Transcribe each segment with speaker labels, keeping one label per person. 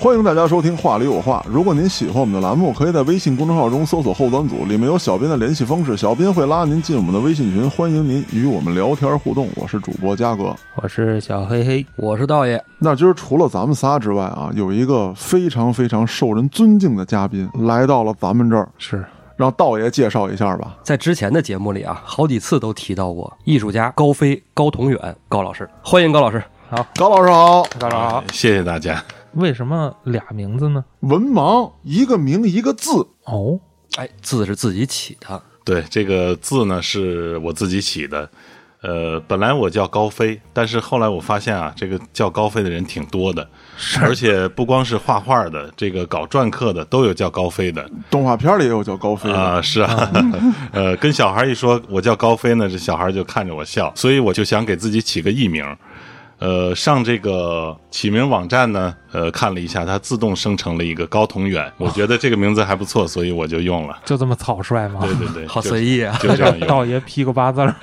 Speaker 1: 欢迎大家收听《话里有话》。如果您喜欢我们的栏目，可以在微信公众号中搜索“后端组”，里面有小编的联系方式，小编会拉您进我们的微信群，欢迎您与我们聊天互动。我是主播嘉哥。
Speaker 2: 我是小黑黑，
Speaker 3: 我是道爷，
Speaker 1: 那今儿除了咱们仨之外啊，有一个非常非常受人尊敬的嘉宾来到了咱们这儿，
Speaker 2: 是
Speaker 1: 让道爷介绍一下吧。
Speaker 3: 在之前的节目里啊，好几次都提到过艺术家高飞、高同远、高老师，欢迎高老师。
Speaker 1: 高老师好，
Speaker 2: 大家好。
Speaker 4: 谢谢大家。
Speaker 2: 为什么俩名字呢？
Speaker 1: 文盲一个名一个字，
Speaker 2: 哦，
Speaker 3: 哎，字是自己起的，
Speaker 4: 对这个字呢，是我自己起的。呃，本来我叫高飞，但是后来我发现啊，这个叫高飞的人挺多的，而且不光是画画的，这个搞篆刻的都有叫高飞的
Speaker 1: 动画片里也有叫高飞的。
Speaker 4: 啊、是啊， 呃，跟小孩一说我叫高飞呢，这小孩就看着我笑，所以我就想给自己起个艺名。呃，上这个起名网站呢，呃，看了一下，它自动生成了一个高同远，我觉得这个名字还不错，所以我就用了。
Speaker 2: 就这么草率吗？
Speaker 4: 对对对，
Speaker 3: 好
Speaker 4: 就
Speaker 3: 随意啊！
Speaker 4: 就 这样用。
Speaker 2: 道爷批个八字儿。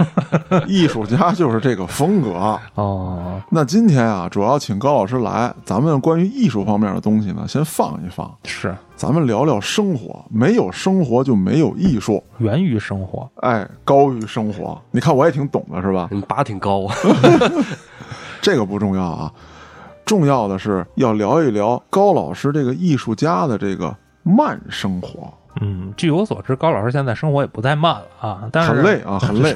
Speaker 1: 艺术家就是这个风格。 啊
Speaker 2: 哦，
Speaker 1: 那今天啊，主要请高老师来，咱们关于艺术方面的东西呢，先放一放，
Speaker 2: 是
Speaker 1: 咱们聊聊生活。没有生活就没有艺术，
Speaker 2: 源于生活。
Speaker 1: 哎，高于生活。你看我也挺懂的是吧？
Speaker 3: 你拔挺高啊，
Speaker 1: 这个不重要啊，重要的是要聊一聊高老师这个艺术家的这个慢生活，
Speaker 2: 嗯，据我所知，高老师现在生活也不再慢了啊，但是
Speaker 1: 很累啊，很累。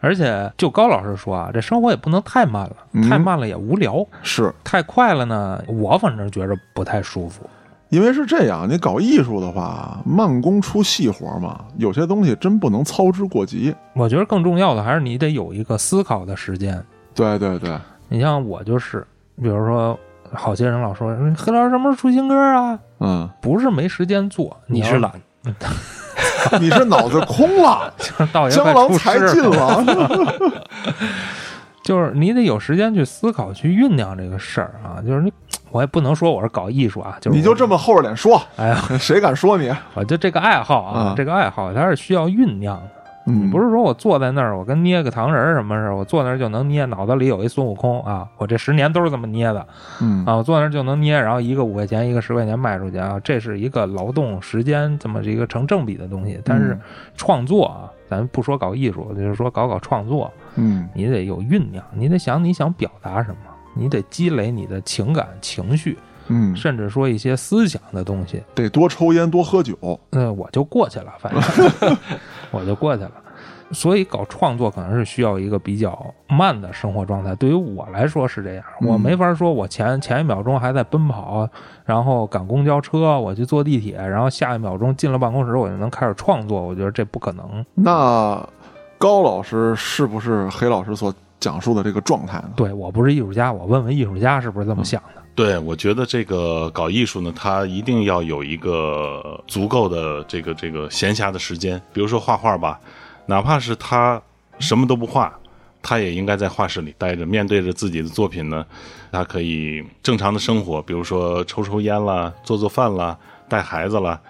Speaker 2: 而且就高老师说啊，这生活也不能太慢了，
Speaker 1: 嗯
Speaker 2: 太慢了也无聊，
Speaker 1: 是
Speaker 2: 太快了呢，我反正觉着不太舒服。
Speaker 1: 因为是这样，你搞艺术的话，慢工出细活嘛，有些东西真不能操之过急。
Speaker 2: 我觉得更重要的还是你得有一个思考的时间。
Speaker 1: 对对对，
Speaker 2: 你像我就是，比如说，好些人老说嗯黑老师什么时候出新歌啊？
Speaker 1: 嗯，
Speaker 2: 不是没时间做，
Speaker 3: 你
Speaker 2: 要
Speaker 3: 是懒，
Speaker 1: 你是脑子空了，
Speaker 2: 道爷
Speaker 1: 江
Speaker 2: 快
Speaker 1: 郎
Speaker 2: 出
Speaker 1: 才
Speaker 2: 诗
Speaker 1: 尽， 了。
Speaker 2: 就是你得有时间去思考、去酝酿这个事儿啊。就是你，我也不能说我是搞艺术啊，就是
Speaker 1: 你就这
Speaker 2: 么，
Speaker 1: 么厚着脸说，
Speaker 2: 哎呀，
Speaker 1: 谁敢说你？
Speaker 2: 我就这个爱好啊，
Speaker 1: 啊
Speaker 2: 这个爱好它是需要酝酿的，
Speaker 1: 嗯，
Speaker 2: 不是说我坐在那儿，我跟捏个糖人儿什么似的，我坐那儿就能捏，脑子里有一孙悟空啊，我这十年都是这么捏的
Speaker 1: 嗯，
Speaker 2: 啊，我坐那儿就能捏，然后一个五块钱，一个十块钱卖出去啊，这是一个劳动时间这么一个成正比的东西，但是
Speaker 1: 嗯
Speaker 2: 创作啊，咱不说搞艺术，就是说搞搞创作，
Speaker 1: 嗯，
Speaker 2: 你得有酝酿，你得想你想表达什么，你得积累你的情感情绪，
Speaker 1: 嗯，
Speaker 2: 甚至说一些思想的东西。
Speaker 1: 得多抽烟，多喝酒。
Speaker 2: 那我就过去了，反正 我就过去了。所以搞创作可能是需要一个比较慢的生活状态。对于我来说是这样，
Speaker 1: 嗯
Speaker 2: 我没法说我前前一秒钟还在奔跑，然后赶公交车，我去坐地铁，然后下一秒钟进了办公室我就能开始创作。我觉得这不可能。
Speaker 1: 那高老师是不是黑老师所讲述的这个状态呢？
Speaker 2: 对我不是艺术家，我问问艺术家是不
Speaker 1: 嗯
Speaker 2: 是这么想的。
Speaker 4: 对，我觉得这个搞艺术呢，它一定要有一个足够的这个这个闲暇的时间。比如说画画吧，哪怕是他什么都不画，他也应该在画室里待着，面对着自己的作品呢，他可以正常的生活，比如说抽抽烟啦，做做饭啦，带孩子啦。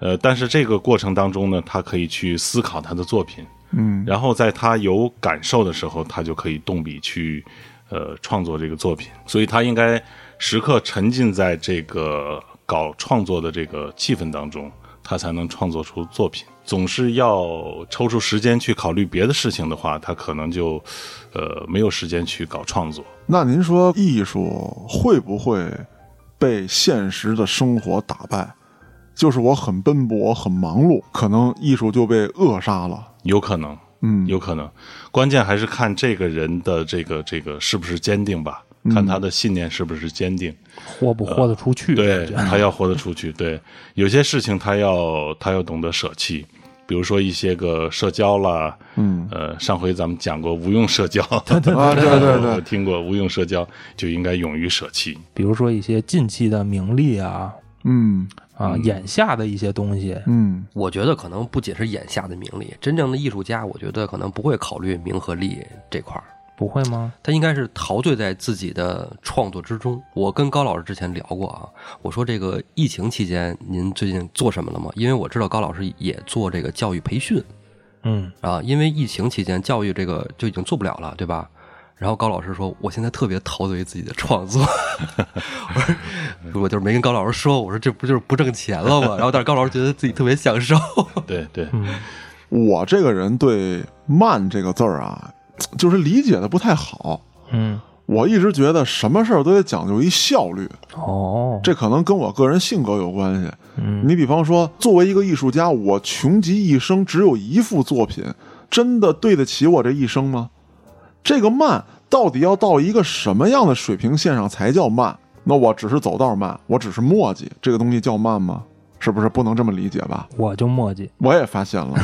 Speaker 4: 呃，但是这个过程当中呢，他可以去思考他的作品，
Speaker 1: 嗯，
Speaker 4: 然后在他有感受的时候，他就可以动笔去呃创作这个作品。所以他应该时刻沉浸在这个搞创作的这个气氛当中，他才能创作出作品。总是要抽出时间去考虑别的事情的话，他可能就呃没有时间去搞创作。
Speaker 1: 那您说艺术会不会被现实的生活打败？就是我很奔波，很忙碌，可能艺术就被扼杀了。
Speaker 4: 有可能，
Speaker 1: 嗯，
Speaker 4: 有可能，关键还是看这个人的这个这个是不是坚定吧，看他的信念是不是坚定。
Speaker 2: 豁不豁得出去？
Speaker 4: 对
Speaker 2: 我觉得
Speaker 4: 他要活得出去。对，有些事情他要他要懂得舍弃，比如说一些个社交啦，
Speaker 1: 嗯
Speaker 4: 呃，上回咱们讲过无用社交，对对
Speaker 1: 啊，对对
Speaker 4: 我
Speaker 1: 对，
Speaker 4: 听过无用社交就应该勇于舍弃。
Speaker 2: 比如说一些近期的名利啊
Speaker 1: 嗯
Speaker 2: 啊，眼下的一些东西，
Speaker 1: 嗯，
Speaker 3: 我觉得可能不仅是眼下的名利，真正的艺术家，我觉得可能不会考虑名和利这块儿。
Speaker 2: 不会吗？
Speaker 3: 他应该是陶醉在自己的创作之中。我跟高老师之前聊过啊，我说这个疫情期间您最近做什么了吗？因为我知道高老师也做这个教育培训
Speaker 2: 嗯，
Speaker 3: 啊，因为疫情期间教育这个就已经做不了了，对吧？然后高老师说：“我现在特别陶醉于自己的创作。” 我说：“我就是没跟高老师说，我说这不就是不挣钱了吗？”然后但是高老师觉得自己特别享受。
Speaker 4: 对对，
Speaker 1: 我这个人对“慢”这个字儿啊，就是理解的不太好。
Speaker 2: 嗯，
Speaker 1: 我一直觉得什么事儿都得讲究一效率，
Speaker 2: 哦，
Speaker 1: 这可能跟我个人性格有关系。
Speaker 2: 嗯
Speaker 1: 你比方说，作为一个艺术家，我穷极一生只有一幅作品，真的对得起我这一生吗？这个慢到底要到一个什么样的水平线上才叫慢？那我只是走道慢，我只是墨迹，这个东西叫慢吗？是不是不能这么理解吧？
Speaker 2: 我就墨迹，
Speaker 1: 我也发现了，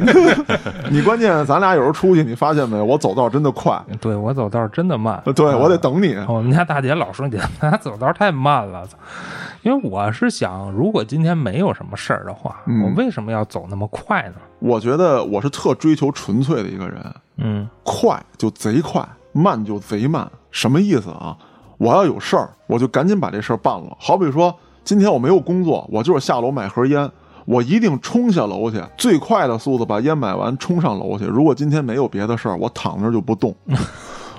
Speaker 1: 你关键咱俩有时候出去，你发现没？我走道真的快，
Speaker 2: 对我走道真的慢，
Speaker 1: 啊
Speaker 2: 啊哦
Speaker 1: 对我得等你。
Speaker 2: 我们家大姐老说你 他走道太慢了，因为我是想，如果今天没有什么事儿的话，
Speaker 1: 嗯
Speaker 2: 我为什么要走那么快呢？
Speaker 1: 我觉得我是特追求纯粹的一个人，
Speaker 2: 嗯
Speaker 1: 快就贼快，慢就贼慢，什么意思啊？我要有事儿，我就赶紧把这事儿办了。好比说，今天我没有工作，我就是下楼买盒烟，我一定冲下楼去，最快的速度把烟买完，冲上楼去。如果今天没有别的事儿，我躺那儿就不动，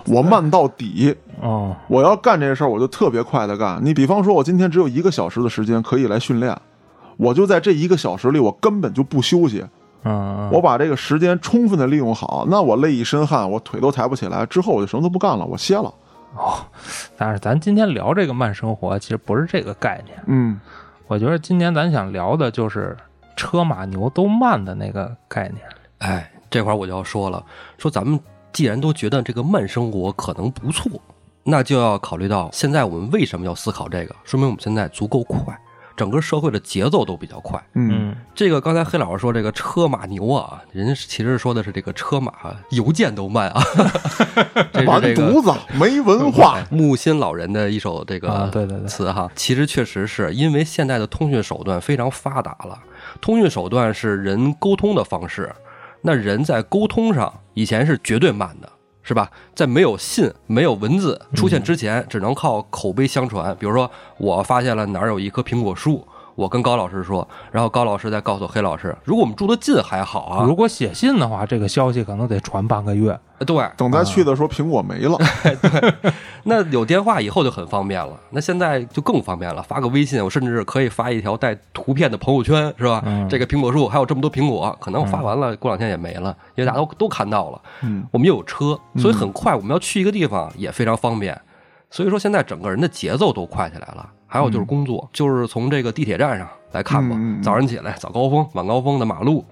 Speaker 1: 我慢到底。
Speaker 2: 哦
Speaker 1: 我要干这事儿，我就特别快的干。你比方说，我今天只有一个小时的时间可以来训练，我就在这一个小时里，我根本就不休息，
Speaker 2: 嗯，
Speaker 1: 我把这个时间充分的利用好。那我累一身汗，我腿都抬不起来，之后我就什么都不干了，我歇了。
Speaker 2: 哦，但是咱今天聊这个慢生活，其实不是这个概念。
Speaker 1: 嗯，
Speaker 2: 我觉得今年咱想聊的就是车马牛都慢的那个概念。
Speaker 3: 哎，这块儿我就要说了，说咱们既然都觉得这个慢生活可能不错，那就要考虑到现在我们为什么要思考这个，说明我们现在足够快，整个社会的节奏都比较快。
Speaker 1: 嗯，
Speaker 3: 这个刚才黑老师说这个车马牛啊，人家其实说的是这个车马邮件都慢啊，
Speaker 1: 完
Speaker 3: 这是这
Speaker 1: 哎犊
Speaker 3: 个。
Speaker 1: 子，没文化。
Speaker 3: 嗯哎木心老人的一首这
Speaker 2: 啊
Speaker 3: 个
Speaker 2: 对对对
Speaker 3: 词哈，其实确实是因为现在的通讯手段非常发达了，通讯手段是人沟通的方式，那人在沟通上以前是绝对慢的，是吧？在没有信、没有文字
Speaker 2: 嗯
Speaker 3: 出现之前，只能靠口碑相传。比如说，我发现了哪儿有一棵苹果树，我跟高老师说，然后高老师再告诉黑老师。如果我们住得近还好啊，
Speaker 2: 如果写信的话，这个消息可能得传半个月。
Speaker 3: 对，
Speaker 1: 等咱去的时候，苹果没了。
Speaker 3: 啊那有电话以后就很方便了，那现在就更方便了，发个微信，我甚至可以发一条带图片的朋友圈，是吧？
Speaker 2: 嗯
Speaker 3: 这个苹果树还有这么多苹果，可能我发完了，过两天也没了，因为大家都都看到了。
Speaker 1: 嗯，
Speaker 3: 我们又有车，所以很快我们要去一个地方也非常方便。所以说现在整个人的节奏都快起来了。还有就是工作，就是从这个地铁站上来看吧，
Speaker 1: 嗯嗯嗯嗯
Speaker 3: 早上起来早高峰、晚高峰的马路，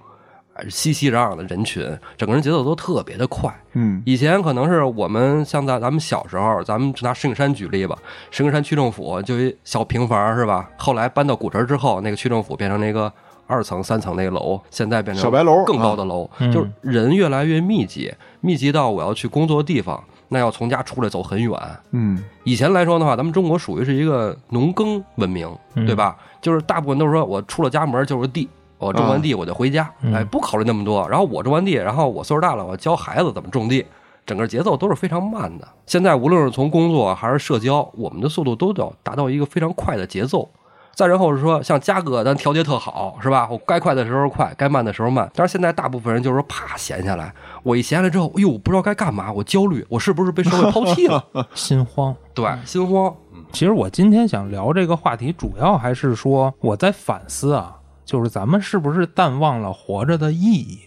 Speaker 3: 哎熙熙攘攘的人群，整个人节奏都特别的快。
Speaker 1: 嗯
Speaker 3: 以前可能是我们像在咱们小时候，咱们就拿石景山举例吧，石景山区政府就一小平房是吧？后来搬到古城之后，那个区政府变成那个二层、三层那个楼，现在变成
Speaker 1: 小白楼啊
Speaker 3: 更高的楼，
Speaker 2: 嗯
Speaker 3: 就是人越来越密集，密集到我要去工作的地方，那要从家出来走很远。
Speaker 1: 嗯
Speaker 3: 以前来说的话，咱们中国属于是一个农耕文明，
Speaker 2: 嗯
Speaker 3: 对吧？就是大部分都是说我出了家门就是地，我种完地我就回家，
Speaker 2: 嗯
Speaker 3: 哎，不考虑那么多。然后我种完地，然后我岁数大了，我教孩子怎么种地，整个节奏都是非常慢的。现在无论是从工作还是社交，我们的速度都要达到一个非常快的节奏。再然后是说，像嘉哥，咱调节特好，是吧？我该快的时候快，该慢的时候慢。但是现在大部分人就是说，啪闲下来，我一闲下来之后，哎呦，我不知道该干嘛，我焦虑，我是不是被社会抛弃 了？
Speaker 2: 心慌。
Speaker 3: 对，心慌，
Speaker 2: 其实我今天想聊这个话题，主要还是说我在反思啊，就是咱们是不是淡忘了活着的意义？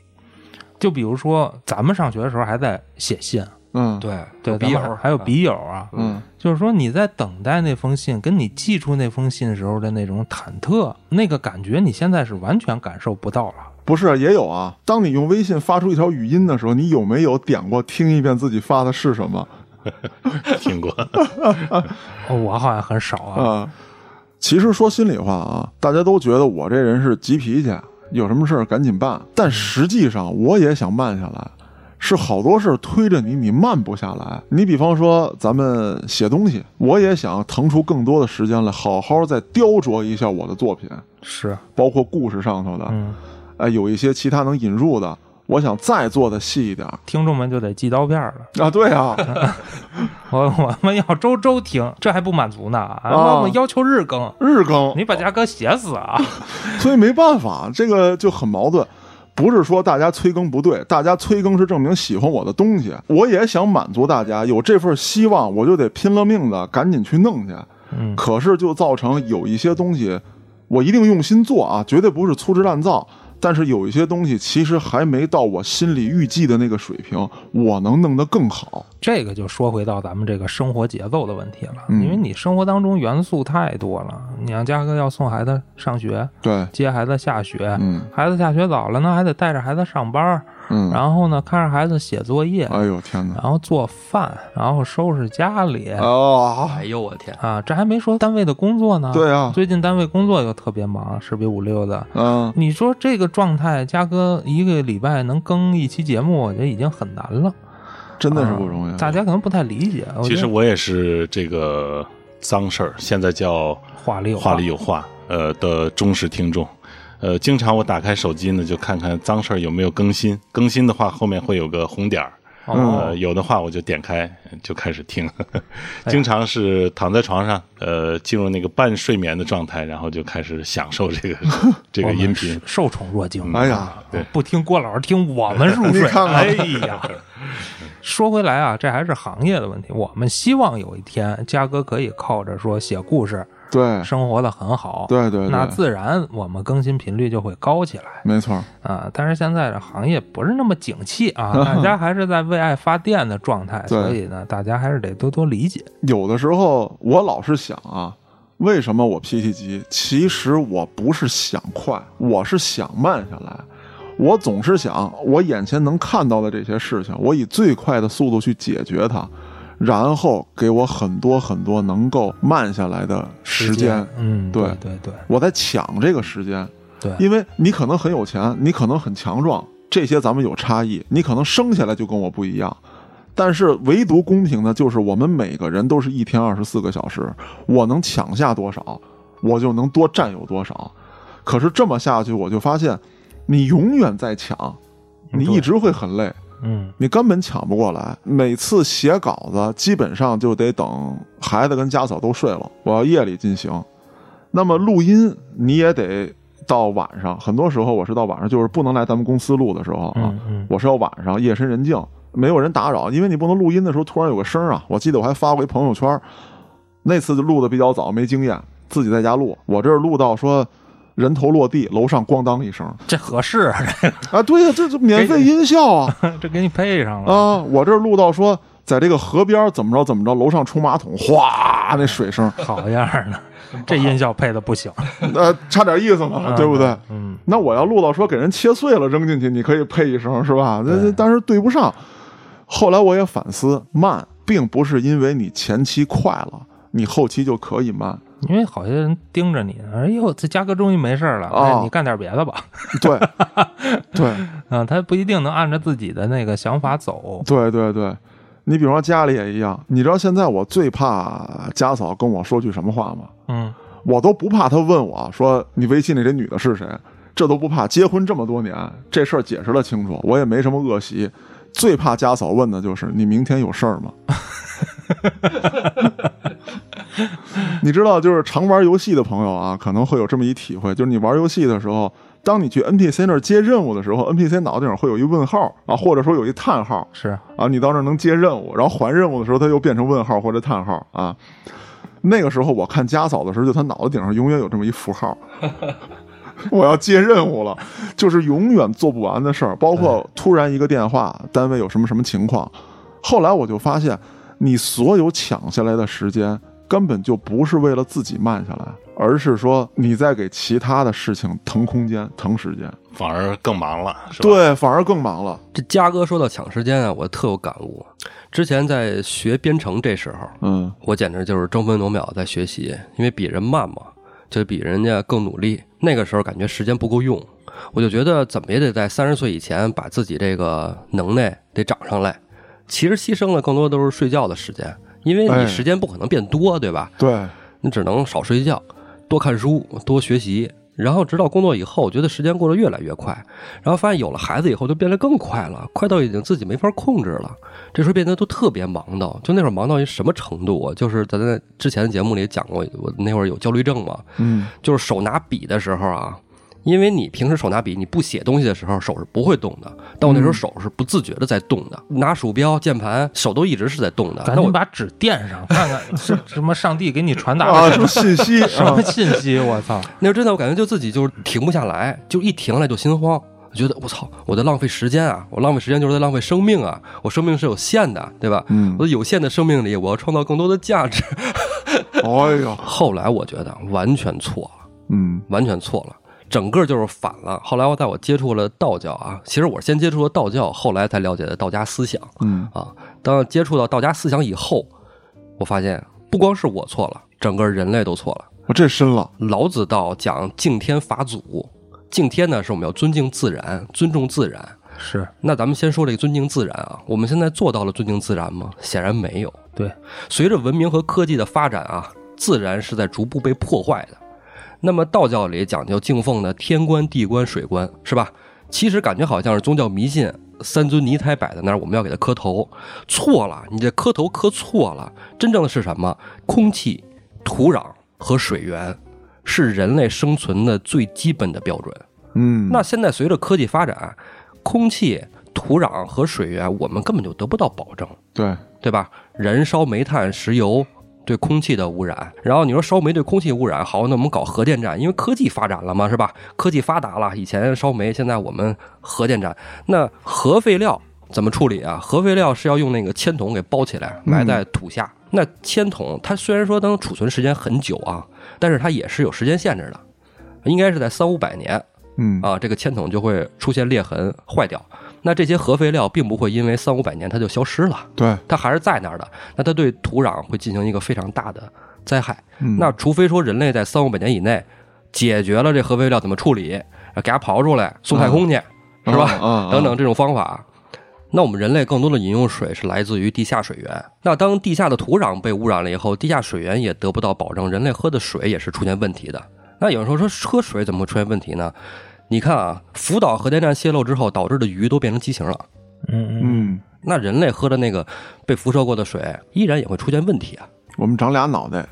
Speaker 2: 就比如说，咱们上学的时候还在写信，
Speaker 1: 嗯，
Speaker 3: 对
Speaker 2: 对，
Speaker 3: 笔
Speaker 2: 咱
Speaker 3: 友
Speaker 2: 们还有笔友啊，
Speaker 1: 嗯
Speaker 2: 就是说你在等待那封信，跟你寄出那封信时候的那种忐忑，那个感觉，你现在是完全感受不到了。
Speaker 1: 不是也有啊？当你用微信发出一条语音的时候，你有没有点过听一遍自己发的是什么？
Speaker 4: 听过。
Speaker 2: 哦我好像很少啊，
Speaker 1: 啊、其实说心里话啊，大家都觉得我这人是急脾气，有什么事儿赶紧办。但实际上，我也想慢下来，是好多事儿推着你，你慢不下来。你比方说，咱们写东西，我也想腾出更多的时间来，好好再雕琢一下我的作品，
Speaker 2: 是，
Speaker 1: 包括故事上头的，哎、
Speaker 2: 嗯，
Speaker 1: 有一些其他能引入的，啊我想再做的细一点儿
Speaker 2: 听众们就得寄刀片了。
Speaker 1: 啊。对啊，
Speaker 2: 我我们要周周听，这还不满足呢啊！
Speaker 1: 哦
Speaker 2: 我们要求日更，
Speaker 1: 日更，
Speaker 2: 你把嘉哥写死啊！
Speaker 1: 所以没办法，这个就很矛盾。不是说大家催更不对，大家催更是证明喜欢我的东西，我也想满足大家，有这份希望，我就得拼了命的赶紧去弄去。
Speaker 2: 嗯
Speaker 1: 可是就造成有一些东西，我一定用心做啊，绝对不是粗制滥造。但是有一些东西其实还没到我心里预计的那个水平，我能弄得更好。
Speaker 2: 这个就说回到咱们这个生活节奏的问题了，
Speaker 1: 嗯
Speaker 2: 因为你生活当中元素太多了，你像嘉哥要送孩子上学，
Speaker 1: 对，
Speaker 2: 接孩子下学，
Speaker 1: 嗯
Speaker 2: 孩子下学早了呢，还得带着孩子上班，
Speaker 1: 嗯，
Speaker 2: 然后呢看着孩子写作业，
Speaker 1: 哎呦天哪！
Speaker 2: 然后做饭，然后收拾家里
Speaker 1: 哦，
Speaker 3: 哎呦我天，
Speaker 2: 啊，这还没说单位的工作呢。
Speaker 1: 对啊，
Speaker 2: 最近单位工作又特别忙，十比五六的。
Speaker 1: 嗯，
Speaker 2: 你说这个状态，嘉哥一个礼拜能更一期节目，我觉得已经很难了，
Speaker 1: 真的是不容易
Speaker 2: 啊。大家可能不太理解。我觉
Speaker 4: 其
Speaker 2: 得
Speaker 4: 实我也是这个脏事儿，现在叫
Speaker 2: 话里有
Speaker 4: 话里有话，呃的忠实听众。呃，经常我打开手机呢，就看看脏事儿有没有更新，更新的话后面会有个红点儿，
Speaker 2: 哦
Speaker 1: 嗯
Speaker 4: 呃，，有的话我就点开就开始听，
Speaker 1: 哎
Speaker 2: 呀
Speaker 4: 经常是躺在床上，呃，进入那个半睡眠的状态，然后就开始享受这 个这
Speaker 2: 我
Speaker 4: 个
Speaker 2: 们
Speaker 4: 音频
Speaker 2: 是。受宠若惊。啊
Speaker 1: 哎呀，
Speaker 4: 对
Speaker 2: 不听郭老师，听我们入
Speaker 1: 你
Speaker 2: 睡。
Speaker 1: 看看
Speaker 2: 哎呀，说回来啊，这还是行业的问题。我们希望有一天，嘉哥可以靠着说写故事，
Speaker 1: 对
Speaker 2: 生活的很好。
Speaker 1: 嗯对对
Speaker 2: 那
Speaker 1: 对，
Speaker 2: 自然我们更新频率就会高起来
Speaker 1: 没错，
Speaker 2: 啊！但是现在的行业不是那么景气啊，大 家还是在为爱发电的状态，
Speaker 1: 对
Speaker 2: 所以呢，大家还是得多多理解。
Speaker 1: 有的时候我老是想啊，为什么我脾气急？其实我不是想快，我是想慢下来。我总是想，我眼前能看到的这些事情，我以最快的速度去解决它，然后给我很多很多能够慢下来的时间。
Speaker 2: 嗯，
Speaker 1: 对
Speaker 2: 对对
Speaker 1: 我在抢这个时间，
Speaker 2: 对对，
Speaker 1: 因为你可能很有钱，你可能很强壮，这些咱们有差异，你可能生下来就跟我不一样。但是唯独公平的，就是我们每个人都是一天二十四个小时，我能抢下多少，我就能多占有多少。可是这么下去，我就发现，你永远在抢，你一直会很累，
Speaker 2: 嗯
Speaker 1: 你根本抢不过来。每次写稿子，基本上就得等孩子跟家嫂都睡了，我要夜里进行。那么录音你也得到晚上，很多时候我是到晚上，就是不能来咱们公司录的时候啊，
Speaker 2: 嗯嗯，
Speaker 1: 我是要晚上夜深人静，没有人打扰，因为你不能录音的时候突然有个声儿啊。我记得我还发过一朋友圈儿，啊那次就录的比较早，没经验，自己在家录，我这儿录到说。人头落地，楼上咣当一声
Speaker 2: 这合适啊，
Speaker 1: 啊！对呀、这这免费音效啊！
Speaker 2: 这 这给你配上了。
Speaker 1: 啊，我这儿录到说，在这个河边儿怎么着怎么着，楼上冲马桶，哗，那水声，
Speaker 2: 好样 儿的，这音效配的不行，
Speaker 1: 呃，差点意思嘛，对不对？
Speaker 2: 嗯，
Speaker 1: 那我要录到说给人切碎了扔进去，你可以配一声是吧？那那但是对不上。后来我也反思，慢并不是因为你前期快了，你后期就可以慢。
Speaker 2: 因为好些人盯着你呢，哎呦，这嘉哥终于没事儿了，
Speaker 1: 哦
Speaker 2: 哎你干点别的吧。
Speaker 1: 对，对，
Speaker 2: 嗯，他不一定能按照自己的那个想法走。
Speaker 1: 对对对，你比方说家里也一样，你知道现在我最怕家嫂跟我说句什么话吗？
Speaker 2: 嗯，
Speaker 1: 我都不怕他问我说你微信里这女的是谁，这都不怕。结婚这么多年，这事儿解释的清楚，我也没什么恶习。最怕家嫂问的就是你明天有事儿吗？ 你知道，就是常玩游戏的朋友啊，可能会有这么一体会，就是你玩游戏的时候，当你去 NPC 那儿接任务的时候，NPC 脑袋上会有一问号啊，或者说有一叹号，
Speaker 2: 是，
Speaker 1: 啊，你到那儿能接任务，然后还任务的时候，它又变成问号或者叹号啊。那个时候我看家嫂的时候，就她脑袋顶上永远有这么一符号，我要接任务了，就是永远做不完的事儿。包括突然一个电话，单位有什么什么情况，后来我就发现，你所有抢下来的时间，根本就不是为了自己慢下来，而是说你在给其他的事情腾空间、腾时间，
Speaker 4: 反而更忙了，是吧？
Speaker 1: 对，反而更忙了。
Speaker 3: 这嘉哥说到抢时间啊，我特有感悟。之前在学编程这时候，
Speaker 1: 嗯，
Speaker 3: 我简直就是争分夺秒在学习，因为比人慢嘛，就比人家更努力。那个时候感觉时间不够用，我就觉得怎么也得在三十岁以前把自己这个能耐得长上来。其实牺牲了更多都是睡觉的时间，因为
Speaker 1: 哎
Speaker 3: 你时间不可能变多，对吧？
Speaker 1: 对，
Speaker 3: 你只能少睡觉，多看书，多学习。然后直到工作以后，我觉得时间过得越来越快，然后发现有了孩子以后就变得更快了，快到已经自己没法控制了。这时候变得都特别忙叨，就那会儿忙到一什么程度啊？就是咱在之前的节目里讲过，我那会儿有焦虑症嘛，
Speaker 1: 嗯，
Speaker 3: 就是手拿笔的时候啊，因为你平时手拿笔，你不写东西的时候手是不会动的，但我那时候手是不自觉的在动的，拿鼠标、键盘，手都一直是在动的。
Speaker 2: 赶
Speaker 3: 那我
Speaker 2: 紧把纸垫上，看看 是什么上帝给你传达
Speaker 1: 啊，
Speaker 2: 了
Speaker 1: 什
Speaker 2: 什
Speaker 1: 么
Speaker 2: 么
Speaker 1: 信息
Speaker 2: 什
Speaker 1: 啊
Speaker 2: 么？信息？我 操！
Speaker 3: 那时候真的，我感觉就自己就是停不下来，就一停下来就心慌，我觉得我操，我在浪费时间啊，我浪费时间就是在浪费生命啊，我生命是有限的，对吧？
Speaker 1: 嗯
Speaker 3: 我，的有限的生命里，我要创造更多的价值。
Speaker 1: 哎呦，
Speaker 3: 后来我觉得完全错了，
Speaker 1: 嗯
Speaker 3: 完全错了。整个就是反了。后来我在我接触了道教啊，其实我是先接触了道教，后来才了解的道家思想
Speaker 1: 嗯
Speaker 3: 啊。当接触到道家思想以后，我发现不光是我错了，整个人类都错了。
Speaker 1: 我哦这深了，
Speaker 3: 老子道讲敬天法祖，敬天呢是我们要尊敬自然，尊重自然。
Speaker 2: 是
Speaker 3: 那咱们先说这个尊敬自然啊，我们现在做到了尊敬自然吗？显然没有。
Speaker 2: 对，
Speaker 3: 随着文明和科技的发展啊，自然是在逐步被破坏的。那么道教里讲究敬奉的天官、地官、水官，是吧？其实感觉好像是宗教迷信，三尊泥胎摆在那儿，我们要给他磕头，错了，你这磕头磕错了。真正的是什么？空气、土壤和水源是人类生存的最基本的标准。
Speaker 1: 嗯，
Speaker 3: 那现在随着科技发展，空气、土壤和水源我们根本就得不到保证。
Speaker 1: 对，
Speaker 3: 对吧？燃烧煤炭、石油对空气的污染，然后你说烧煤对空气污染，好，那我们搞核电站，因为科技发展了嘛，是吧？科技发达了，以前烧煤，现在我们核电站，那核废料怎么处理啊？核废料是要用那个铅桶给包起来，埋在土下。那铅桶它虽然说能储存时间很久啊，但是它也是有时间限制的，应该是在三五百年。
Speaker 1: 嗯
Speaker 3: 啊，这个铅桶就会出现裂痕坏掉。那这些核废料并不会因为三五百年它就消失了，
Speaker 1: 对，
Speaker 3: 它还是在那儿的。那它对土壤会进行一个非常大的灾害。
Speaker 1: 嗯
Speaker 3: 那除非说人类在三五百年以内解决了这核废料怎么处理，给它刨出来送太空去，是吧？
Speaker 1: 嗯
Speaker 3: 等等，这种方法。那我们人类更多的饮用水是来自于地下水源。那当地下的土壤被污染了以后，地下水源也得不到保证，人类喝的水也是出现问题的。那有人说说喝水怎么会出现问题呢？你看啊，福岛核电站泄漏之后导致的鱼都变成畸形了，
Speaker 2: 嗯嗯，
Speaker 1: 嗯，
Speaker 3: 那人类喝的那个被辐射过的水依然也会出现问题啊。
Speaker 1: 我们长俩脑袋，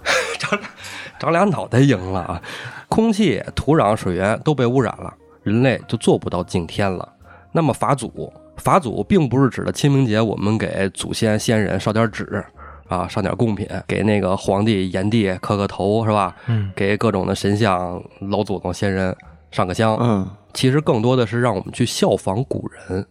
Speaker 3: 长俩脑袋赢了啊！空气、土壤、水源都被污染了，人类就做不到敬天了。那么法祖，法祖并不是指的清明节我们给祖先先人烧点纸啊，上点贡品，给那个皇帝、炎帝磕个头是吧？
Speaker 2: 嗯，
Speaker 3: 给各种的神像、老祖宗、先人上个香。
Speaker 1: 嗯
Speaker 3: 其实更多的是让我们去效仿古人。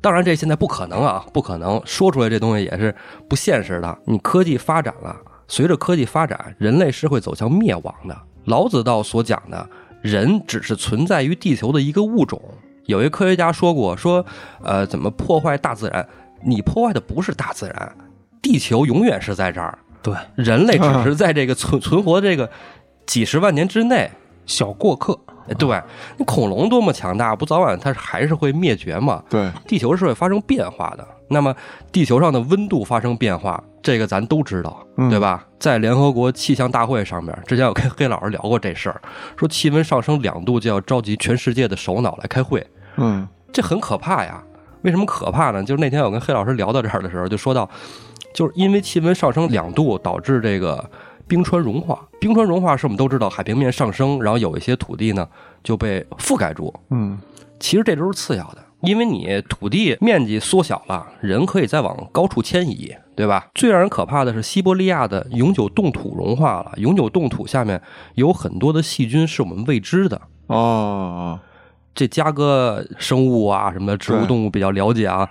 Speaker 3: 当然，这现在不可能啊，不可能说出来这东西也是不现实的。你科技发展了，随着科技发展，人类是会走向灭亡的。老子道所讲的，人只是存在于地球的一个物种。有一科学家说过，说，呃，怎么破坏大自然？你破坏的不是大自然，地球永远是在这儿，
Speaker 2: 对，
Speaker 3: 人类只是在这个存存活这个几十万年之内，
Speaker 2: 小过客，
Speaker 3: 对，那恐龙多么强大，不早晚它还是会灭绝嘛？
Speaker 1: 对，
Speaker 3: 地球是会发生变化的。那么地球上的温度发生变化，这个咱都知道，
Speaker 1: 嗯
Speaker 3: 对吧？在联合国气象大会上面，之前我跟黑老师聊过这事儿，说气温上升两度就要召集全世界的首脑来开会，
Speaker 1: 嗯
Speaker 3: 这很可怕呀。为什么可怕呢？就是那天我跟黑老师聊到这儿的时候，就说到，就是因为气温上升两度导致这个冰川融化。冰川融化是我们都知道海平面上升，然后有一些土地呢就被覆盖住。
Speaker 1: 嗯
Speaker 3: 其实这都是次要的，因为你土地面积缩小了，人可以再往高处迁移，对吧？最让人可怕的是西伯利亚的永久冻土融化了，永久冻土下面有很多的细菌是我们未知的。
Speaker 1: 哦，
Speaker 3: 这加哥生物啊什么的植物
Speaker 1: 对
Speaker 3: 动物比较了解啊。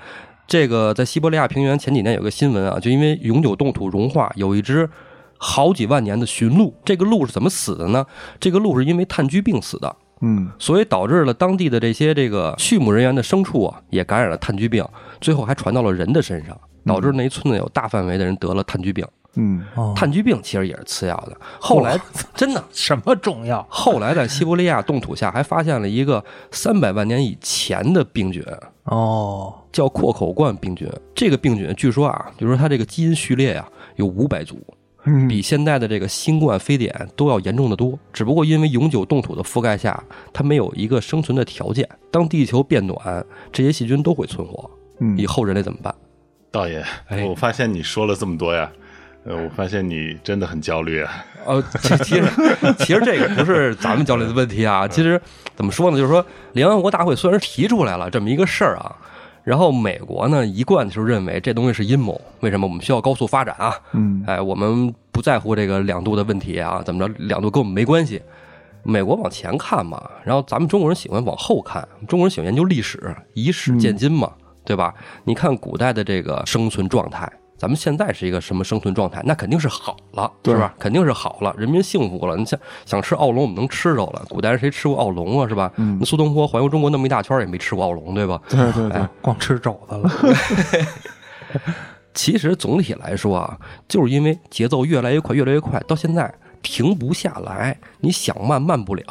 Speaker 3: 这个在西伯利亚平原前几年有个新闻啊，就因为永久冻土融化，有一只好几万年的驯鹿，这个鹿是怎么死的呢？这个鹿是因为炭疽病死的，
Speaker 1: 嗯
Speaker 3: 所以导致了当地的这些这个畜牧人员的牲畜啊也感染了炭疽病，最后还传到了人的身上，导致那一村子有大范围的人得了炭疽病。
Speaker 1: 嗯
Speaker 2: 嗯哦
Speaker 3: 炭疽病其实也是次要的，后来
Speaker 2: 哇
Speaker 3: 真的
Speaker 2: 什么重要？
Speaker 3: 后来在西伯利亚冻土下还发现了一个三百万年以前的病菌，
Speaker 2: 哦，
Speaker 3: 叫阔口冠病菌。这个病菌据说啊，就说它这个基因序列啊有五百组，
Speaker 1: 嗯，
Speaker 3: 比现在的这个新冠非典都要严重的多。只不过因为永久冻土的覆盖下，它没有一个生存的条件。当地球变暖，这些细菌都会存活。
Speaker 1: 嗯
Speaker 3: 以后人类怎么办？
Speaker 4: 道爷
Speaker 3: 哎，
Speaker 4: 我发现你说了这么多呀，呃，我发现你真的很焦虑啊。
Speaker 3: 呃，其其实其实这个不是咱们交流的问题啊，其实怎么说呢，就是说联合国大会虽然提出来了这么一个事儿啊，然后美国呢一贯就是认为这东西是阴谋，为什么我们需要高速发展啊？
Speaker 1: 嗯，
Speaker 3: 哎，我们不在乎这个两度的问题啊，怎么着，两度跟我们没关系。美国往前看嘛，然后咱们中国人喜欢往后看，中国人喜欢研究历史，以史
Speaker 1: 嗯
Speaker 3: 鉴今嘛，对吧？你看古代的这个生存状态，咱们现在是一个什么生存状态？那肯定是好了，
Speaker 1: 对
Speaker 3: 是吧？肯定是好了，人民幸福了。你想想吃奥龙，我们能吃着了。古代人谁吃过奥龙啊，是吧？
Speaker 1: 嗯
Speaker 3: 那苏东坡环游中国那么一大圈儿也没吃过奥龙，对吧？哎
Speaker 1: 对对对，
Speaker 2: 光吃肘子了。
Speaker 3: 其实总体来说啊，就是因为节奏越来越快，越来越快，到现在停不下来，你想慢慢不了。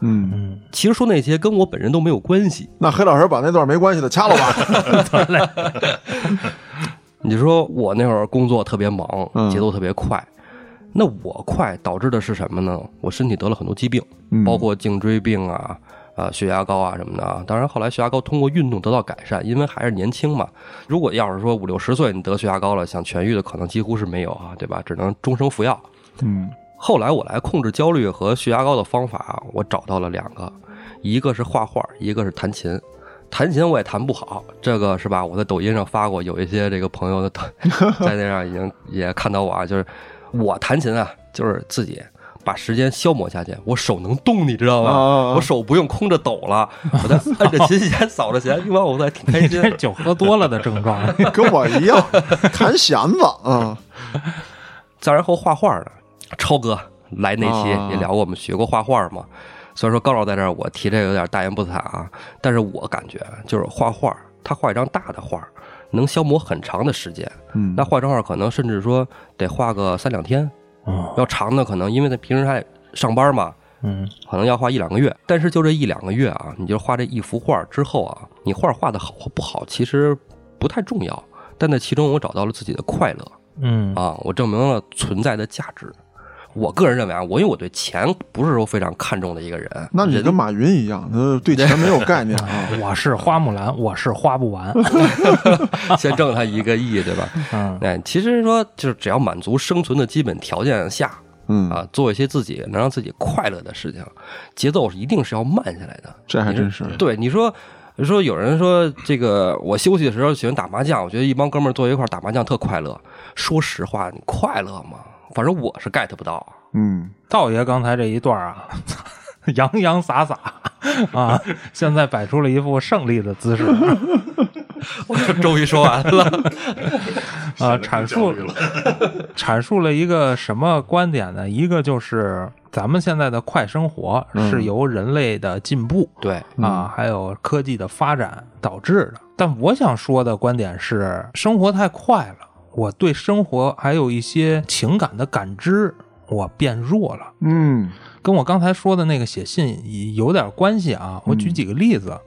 Speaker 1: 嗯，
Speaker 2: 嗯，
Speaker 3: 其实说那些跟我本人都没有关系。
Speaker 1: 那黑老师把那段没关系的掐了吧。
Speaker 3: 你说我那会儿工作特别忙
Speaker 1: 嗯，
Speaker 3: 节奏特别快，那我快导致的是什么呢？我身体得了很多疾病，
Speaker 1: 嗯
Speaker 3: 包括颈椎病啊、啊血压高啊什么的啊。当然后来血压高通过运动得到改善，因为还是年轻嘛。如果要是说五六十岁你得血压高了，想痊愈的可能几乎是没有啊，对吧？只能终生服药。
Speaker 1: 嗯
Speaker 3: 后来我来控制焦虑和血压高的方法，我找到了两个，一个是画画，一个是弹琴。弹琴我也弹不好，这个是吧？我在抖音上发过，有一些这个朋友的 在那上已经也看到我啊，就是我弹琴啊，就是自己把时间消磨下去，我手能动，你知道
Speaker 1: 啊
Speaker 3: 吗？
Speaker 1: 啊
Speaker 3: 我手不用空着抖了，我在按着琴弦扫着弦，一般我在挺开
Speaker 2: 你
Speaker 3: 心
Speaker 2: 这。酒喝多了的症状，
Speaker 1: 啊跟我一样，弹弦子啊，
Speaker 3: 再然后画画的，超哥来那期
Speaker 1: 啊
Speaker 3: 也聊过，我们学过画画嘛。虽然说高老在这儿，我提这个有点大言不惭啊，但是我感觉就是画画，他画一张大的画，能消磨很长的时间。
Speaker 1: 嗯
Speaker 3: 那画张画可能甚至说得画个三两天，
Speaker 2: 嗯
Speaker 3: 要长的可能因为他平时还上班嘛，
Speaker 2: 嗯，
Speaker 3: 可能要画一两个月。但是就这一两个月啊，你就画这一幅画之后啊，你画画的好或不好其实不太重要，但在其中我找到了自己的快乐。
Speaker 2: 嗯
Speaker 3: 啊，我证明了存在的价值。我个人认为啊，我因为我对钱不是说非常看重的一个人，
Speaker 1: 那你 跟马云一样，他对钱没有概念啊。
Speaker 2: 我是花木兰，我是花不 完。
Speaker 3: 先挣他一个亿，对吧？
Speaker 2: 嗯
Speaker 3: 哎，其实说就是只要满足生存的基本条件下
Speaker 1: 嗯，
Speaker 3: 啊，做一些自己能让自己快乐的事情，节奏是一定是要慢下来的。
Speaker 1: 这还真是。
Speaker 3: 对，你说。说有人说这个，我休息的时候喜欢打麻将，我觉得一帮哥们儿坐一块儿打麻将特快乐。说实话，你快乐吗？反正我是 get 不到啊。
Speaker 1: 嗯，
Speaker 2: 道爷刚才这一段啊， 洋洋洒洒啊，现在摆出了一副胜利的姿势
Speaker 3: 我 终于说完了。
Speaker 2: 啊，阐述
Speaker 4: 了，
Speaker 2: 阐述了一个什么观点呢？一个就是咱们现在的快生活
Speaker 1: 嗯
Speaker 2: 是由人类的进步、
Speaker 3: 对，
Speaker 2: 啊，还有科技的发展导致的。但我想说的观点是，生活太快了，我对生活还有一些情感的感知，我变弱了。
Speaker 1: 嗯
Speaker 2: 跟我刚才说的那个写信也有点关系啊。我举几个例子，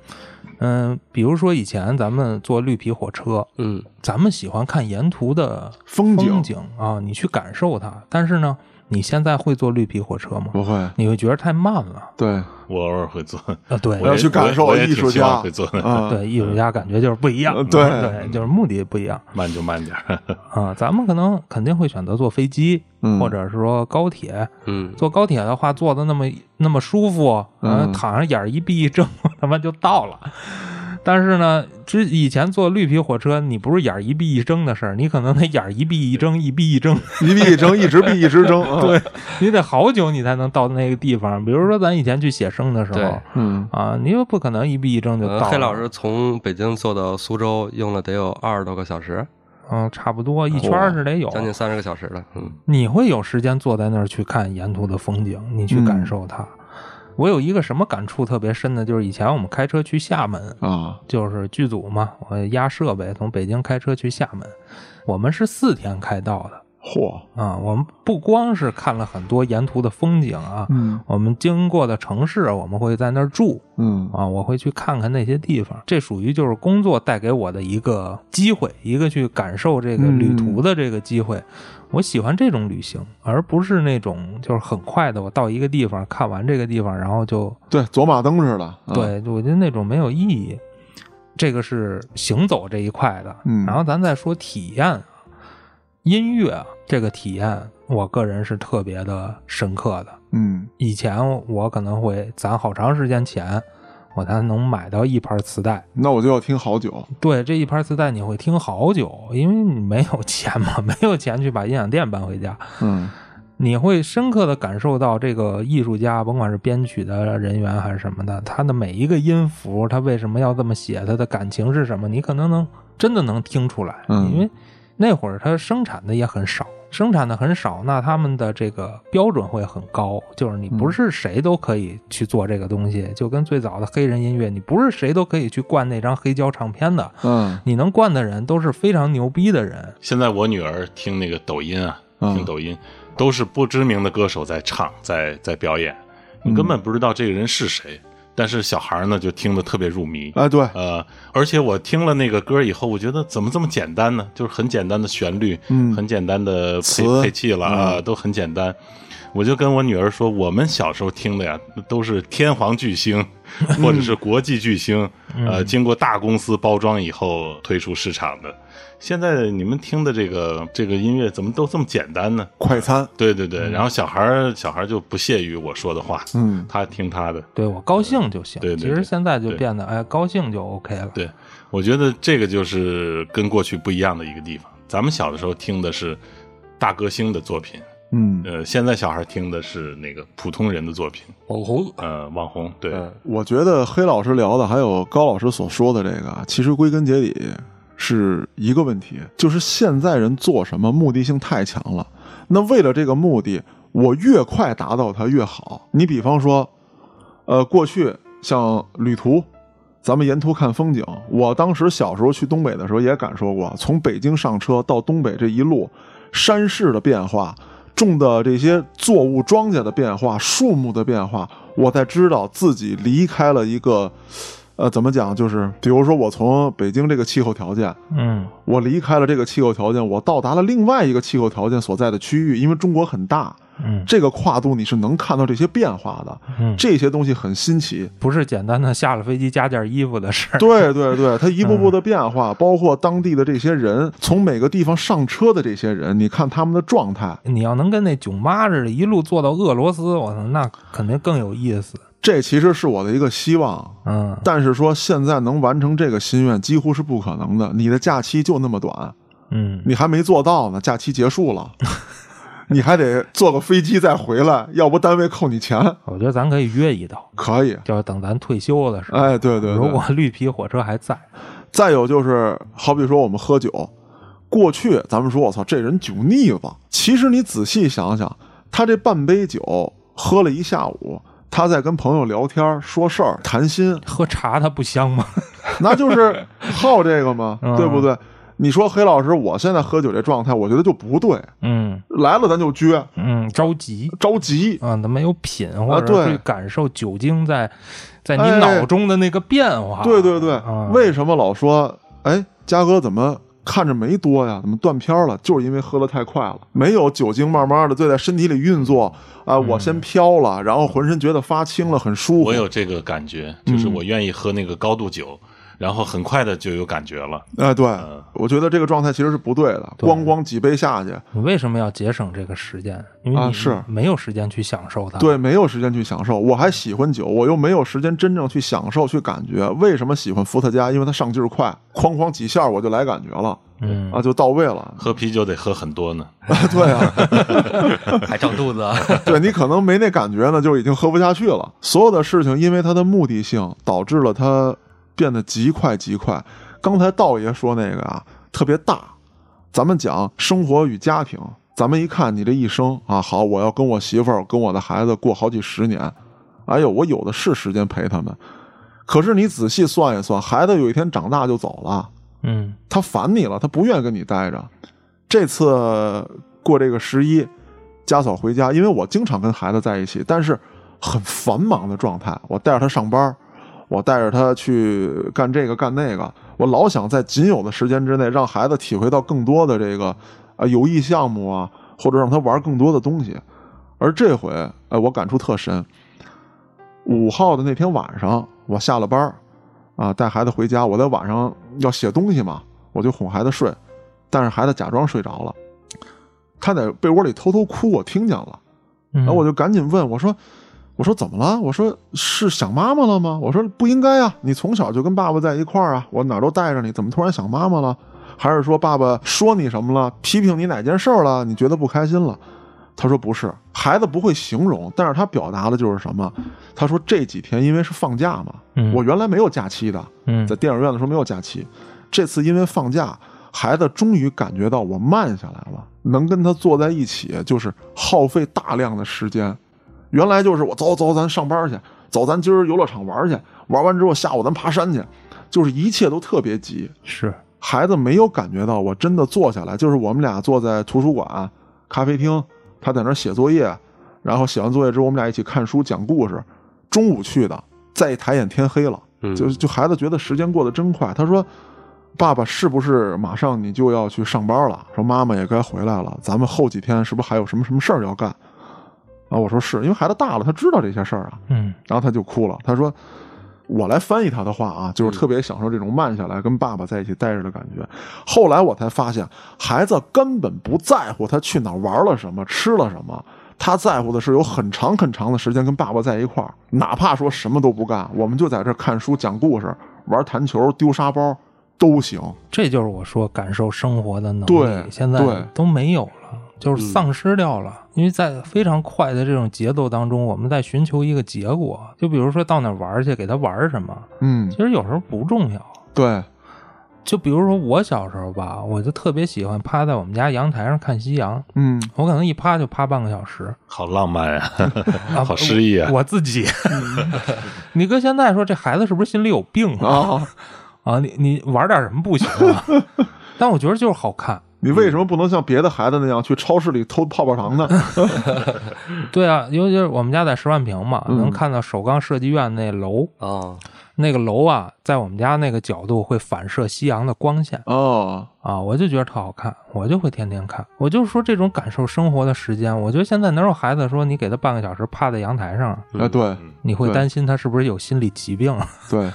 Speaker 2: 嗯、比如说以前咱们坐绿皮火车，
Speaker 3: 嗯，
Speaker 2: 咱们喜欢看沿途的
Speaker 1: 风景
Speaker 2: 景啊，你去感受它。但是呢，你现在会坐绿皮火车吗？
Speaker 1: 不会，
Speaker 2: 你会觉得太慢了
Speaker 1: 对，
Speaker 4: 我偶尔会做，
Speaker 2: 啊？对
Speaker 1: 我要去感受
Speaker 4: 我也
Speaker 1: 艺术
Speaker 4: 挺希
Speaker 1: 家
Speaker 4: 望会做的
Speaker 1: 啊。
Speaker 2: 对，艺术家感觉就是不一样啊
Speaker 1: 呃，对
Speaker 2: 对，就是目的不一样
Speaker 4: 慢就慢点儿。
Speaker 2: 啊。咱们可能肯定会选择坐飞机，
Speaker 1: 嗯
Speaker 2: 或者是说高铁。
Speaker 3: 嗯，
Speaker 2: 坐高铁的话，坐的那么那么舒服，
Speaker 1: 嗯
Speaker 2: 嗯，躺上眼儿一闭一睁，他妈就到了。但是呢，之以前坐绿皮火车，你不是眼儿一闭一睁的事儿，你可能得眼儿一闭一睁，一闭一睁，
Speaker 1: 一闭一睁，一直闭一直睁。啊
Speaker 2: 对，你得好久你才能到那个地方。比如说咱以前去写生的时
Speaker 3: 对
Speaker 2: 候，
Speaker 1: 嗯，
Speaker 2: 啊，你又不可能一闭一睁就到
Speaker 3: 呃
Speaker 2: 了。
Speaker 3: 黑老师从北京坐到苏州用了得有二十多个小时，
Speaker 2: 嗯，差不多一圈儿是得有，
Speaker 3: 将近三十个小时了。嗯，
Speaker 2: 你会有时间坐在那儿去看沿途的风景，你去感受它。我有一个什么感触特别深的，就是以前我们开车去厦门，
Speaker 1: 啊，
Speaker 2: 就是剧组嘛，我压设备从北京开车去厦门，我们是四天开到的
Speaker 1: 嚯，
Speaker 2: 啊。我们不光是看了很多沿途的风景啊，
Speaker 1: 嗯
Speaker 2: 我们经过的城市，我们会在那儿住
Speaker 1: 嗯
Speaker 2: 啊，我会去看看那些地方。这属于就是工作带给我的一个机会，一个去感受这个旅途的这个机会。我喜欢这种旅行，而不是那种就是很快的，我到一个地方看完这个地方，然后就
Speaker 1: 对，走马灯似的。啊，
Speaker 2: 对，我觉得那种没有意义。这个是行走这一块的，
Speaker 1: 嗯
Speaker 2: 然后咱再说体验啊。音乐啊这个体验，我个人是特别的深刻的。
Speaker 1: 嗯
Speaker 2: 以前我可能会攒好长时间钱，我才能买到一盘磁带。
Speaker 1: 那我就要听好久。
Speaker 2: 对，这一盘磁带你会听好久，因为你没有钱嘛，没有钱去把音响店搬回家。
Speaker 1: 嗯
Speaker 2: 你会深刻的感受到这个艺术家，甭管是编曲的人员还是什么的，他的每一个音符，他为什么要这么写，他的感情是什么，你可能能真的能听出来，
Speaker 1: 嗯
Speaker 2: 因为那会儿他生产的也很少，生产的很少，那他们的这个标准会很高，就是你不是谁都可以去做这个东西，就跟最早的黑人音乐，你不是谁都可以去灌那张黑胶唱片的，
Speaker 1: 嗯
Speaker 2: 你能灌的人都是非常牛逼的人，
Speaker 4: 现在我女儿听那个抖音啊，
Speaker 1: 嗯
Speaker 4: 听抖音、都是不知名的歌手在唱，在在表演，你根本不知道这个人是谁。但是小孩儿呢，就听得特别入迷。
Speaker 1: 哎对，
Speaker 4: 呃，而且我听了那个歌以后，我觉得怎么这么简单呢？就是很简单的旋律，
Speaker 1: 嗯
Speaker 4: 很简单的配
Speaker 1: 词嗯
Speaker 4: 配器了啊、都很简单。我就跟我女儿说，我们小时候听的呀，都是天皇巨星，或者是国际巨星，
Speaker 1: 嗯
Speaker 4: 呃，经过大公司包装以后推出市场的。现在你们听的这个这个音乐，怎么都这么简单呢？
Speaker 1: 快餐。
Speaker 4: 对对对，然后小孩儿小孩儿就不屑于我说的话，
Speaker 1: 嗯
Speaker 4: 他听他的。
Speaker 2: 对我高兴就行。
Speaker 4: 对对
Speaker 2: 其实
Speaker 4: 对
Speaker 2: 现在就
Speaker 4: 对
Speaker 2: 变得哎，高兴就 OK 了。
Speaker 4: 对，我觉得这个就是跟过去不一样的一个地方。咱们小的时候听的是大歌星的作品，
Speaker 1: 嗯，
Speaker 4: 呃，现在小孩听的是那个普通人的作品，
Speaker 3: 网红
Speaker 4: 呃，网红。对，
Speaker 1: 嗯，我觉得黑老师聊的，还有高老师所说的这个啊，其实归根结底是一个问题，就是现在人做什么目的性太强了。那为了这个目的，我越快达到它越好。你比方说，呃，过去像旅途，咱们沿途看风景。我当时小时候去东北的时候也感受过，从北京上车到东北这一路，山势的变化，种的这些作物、庄稼的变化，树木的变化，我才知道自己离开了一个，呃，怎么讲？就是比如说，我从北京这个气候条件，
Speaker 2: 嗯
Speaker 1: 我离开了这个气候条件，我到达了另外一个气候条件所在的区域，因为中国很大，
Speaker 2: 嗯
Speaker 1: 这个跨度你是能看到这些变化的，
Speaker 2: 嗯，
Speaker 1: 这些东西很新奇。
Speaker 2: 不是简单的下了飞机加件衣服的事儿。
Speaker 1: 对对对，它一步步的变化，包括当地的这些人，从每个地方上车的这些人，你看他们的状态，
Speaker 2: 你要能跟那囧妈似的，一路坐到俄罗斯，我操，那肯定更有意思。
Speaker 1: 这其实是我的一个希望。
Speaker 2: 嗯，
Speaker 1: 但是说现在能完成这个心愿几乎是不可能的，你的假期就那么短，
Speaker 2: 嗯，
Speaker 1: 你还没做到呢，假期结束了，你还得坐个飞机再回来，要不单位扣你钱。
Speaker 2: 我觉得咱可以约一道，
Speaker 1: 可以，
Speaker 2: 就是等咱退休的时候，
Speaker 1: 哎，对对对，
Speaker 2: 如果绿皮火车还在，
Speaker 1: 再有就是，好比说我们喝酒，过去咱们说我操这人酒腻子，其实你仔细想想，他这半杯酒喝了一下午，他在跟朋友聊天说事儿谈心，
Speaker 2: 喝茶它不香吗？
Speaker 1: 那就是好这个嘛，
Speaker 2: 嗯
Speaker 1: 对不对？你说黑老师，我现在喝酒这状态，我觉得就不对，
Speaker 2: 嗯
Speaker 1: 来了咱就撅，
Speaker 2: 嗯，着急。
Speaker 1: 着急。
Speaker 2: 啊，咱没有品，或者
Speaker 1: 对
Speaker 2: 去感受酒精在在
Speaker 1: 哎
Speaker 2: 你脑中的那个变化。
Speaker 1: 对对对
Speaker 2: 啊，
Speaker 1: 为什么老说，哎，嘉哥怎么看着没多呀？怎么断片儿了？就是因为喝的太快了，没有酒精慢慢的就在身体里运作啊、
Speaker 2: 嗯
Speaker 1: 我先飘了，然后浑身觉得发青了，很舒服。
Speaker 4: 我有这个感觉，就是我愿意喝那个高度酒，然后很快的就有感觉了。
Speaker 1: 哎，对，
Speaker 4: 嗯
Speaker 1: 我觉得这个状态其实是不对的，咣咣几杯下去，
Speaker 2: 你为什么要节省这个时间？因为
Speaker 1: 啊
Speaker 2: 你
Speaker 1: 是
Speaker 2: 没有时间去享受它。，
Speaker 1: 对，没有时间去享受。我还喜欢酒，我又没有时间真正去享受、去感觉。为什么喜欢伏特加？因为它上劲儿快，哐哐几下我就来感觉了，
Speaker 2: 嗯
Speaker 1: 啊，就到位了。
Speaker 4: 喝啤酒得喝很多呢，
Speaker 1: 对啊。
Speaker 3: 还胀肚子啊，
Speaker 1: 对你可能没那感觉呢，就已经喝不下去了。所有的事情因为它的目的性，导致了它变得极快极快。刚才道爷说那个啊，特别大。咱们讲生活与家庭，咱们一看你这一生啊，好，我要跟我媳妇儿、跟我的孩子过好几十年，哎呦，我有的是时间陪他们。可是你仔细算一算，孩子有一天长大就走了，
Speaker 2: 嗯
Speaker 1: 他烦你了，他不愿意跟你待着。这次过这个十一，家嫂回家，因为我经常跟孩子在一起，但是很繁忙的状态。我带着他上班，我带着他去干这个干那个，我老想在仅有的时间之内让孩子体会到更多的这个啊游艺项目啊，或者让他玩更多的东西。而这回，哎，我感触特深。五号的那天晚上，我下了班儿啊，带孩子回家，我在晚上要写东西嘛，我就哄孩子睡，但是孩子假装睡着了。他在被窝里偷偷哭，我听见了，
Speaker 2: 然
Speaker 1: 然后我就赶紧问我说：“我说怎么了？我说是想妈妈了吗？我说不应该啊，你从小就跟爸爸在一块儿啊，我哪儿都带着你，怎么突然想妈妈了？还是说爸爸说你什么了，批评你哪件事儿了，你觉得不开心了？”他说不是，孩子不会形容，但是他表达的就是什么？他说这几天因为是放假嘛，
Speaker 2: 嗯
Speaker 1: 我原来没有假期的，
Speaker 2: 嗯
Speaker 1: 在电影院的时候没有假期，这次因为放假，孩子终于感觉到我慢下来了，能跟他坐在一起，就是耗费大量的时间。原来就是我走走，咱上班去，走咱今儿游乐场玩去，玩完之后下午咱爬山去，就是一切都特别急。
Speaker 2: 是
Speaker 1: 孩子没有感觉到我真的坐下来，就是我们俩坐在图书馆、咖啡厅，他在那儿写作业，然后写完作业之后，我们俩一起看书、讲故事。中午去的，再一抬眼天黑了，
Speaker 3: 嗯
Speaker 1: 就就孩子觉得时间过得真快。他说：“爸爸是不是马上你就要去上班了？说妈妈也该回来了，咱们后几天是不是还有什么什么事儿要干？”啊，我说是因为孩子大了，他知道这些事儿啊。
Speaker 2: 嗯
Speaker 1: 然后他就哭了，他说：“我来翻译他的话啊，就是特别享受这种慢下来跟爸爸在一起待着的感觉。”后来我才发现，孩子根本不在乎他去哪儿玩了什么，吃了什么。他在乎的是有很长很长的时间跟爸爸在一块儿，哪怕说什么都不干，我们就在这儿看书、讲故事、玩弹球、丢沙包都行。
Speaker 2: 这就是我说感受生活的能力，
Speaker 1: 对
Speaker 2: 现在
Speaker 1: 对嗯
Speaker 2: 都没有了，就是丧失掉了。因为在非常快的这种节奏当中，我们在寻求一个结果。就比如说到哪儿玩去，给他玩什么，
Speaker 1: 嗯
Speaker 2: 其，实有时候不重要。
Speaker 1: 对，
Speaker 2: 就比如说我小时候吧，我就特别喜欢趴在我们家阳台上看夕阳，
Speaker 1: 嗯，
Speaker 2: 我可能一趴就趴半个小时，
Speaker 4: 好浪漫呀、
Speaker 2: 啊
Speaker 4: 好诗意啊！
Speaker 2: 我自己。 你搁现在说这孩子是不是心里有病啊？
Speaker 1: 啊，
Speaker 2: 啊，你你玩点什么不行啊？ 但我觉得就是好看。
Speaker 1: 你为什么不能像别的孩子那样去超市里偷泡泡糖呢？
Speaker 2: 对啊，尤其是我们家在十万平嘛，
Speaker 1: 嗯
Speaker 2: 能看到首钢设计院那楼，
Speaker 3: 啊，
Speaker 2: 那个楼啊，在我们家那个角度会反射夕阳的光线
Speaker 1: 哦，
Speaker 2: 啊，我就觉得特好看，我就会天天看。我就说这种感受生活的时间，我觉得现在哪有孩子说你给他半个小时趴在阳台上，
Speaker 1: 哎，对，
Speaker 2: 你会
Speaker 1: 对
Speaker 2: 担心他是不是有心理疾病？啊
Speaker 1: 对，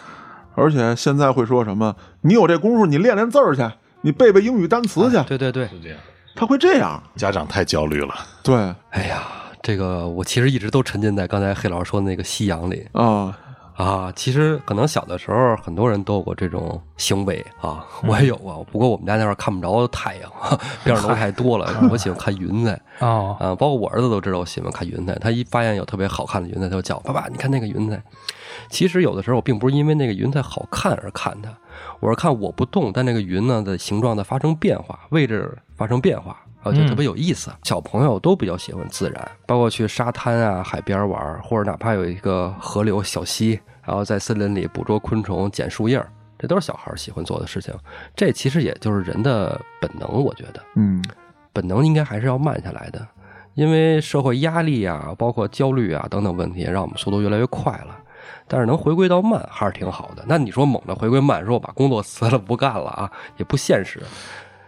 Speaker 1: 而且现在会说什么？你有这功夫，你练练字儿去，你背背英语单词去。
Speaker 3: 哎对对对，
Speaker 4: 是这样，
Speaker 1: 他会这样。
Speaker 4: 家长太焦虑了。
Speaker 1: 对啊、
Speaker 3: 哎呀，这个我其实一直都沉浸在刚才黑老师说的那个夕阳里啊。其实可能小的时候很多人都有过这种行为啊，我也有过。不过我们家那边看不着太阳， 边上楼太多了，我喜欢看云彩。
Speaker 2: 哦，
Speaker 3: 啊，包括我儿子都知道我喜欢看云彩，他一发现有特别好看的云彩，他就叫我爸爸，你看那个云彩。其实有的时候我并不是因为那个云彩好看而看它，我是看我不动，但那个云呢的形状在发生变化，位置发生变化。啊，就特别有意思。小朋友都比较喜欢自然，包括去沙滩啊、海边玩儿，或者哪怕有一个河流、小溪，然后在森林里捕捉昆虫、捡树叶儿，这都是小孩儿喜欢做的事情。这其实也就是人的本能，我觉得。
Speaker 1: 嗯，
Speaker 3: 本能应该还是要慢下来的，因为社会压力啊，包括焦虑啊等等问题，让我们速度越来越快了。但是能回归到慢还是挺好的。那你说猛的回归慢，说我把工作辞了不干了啊，也不现实。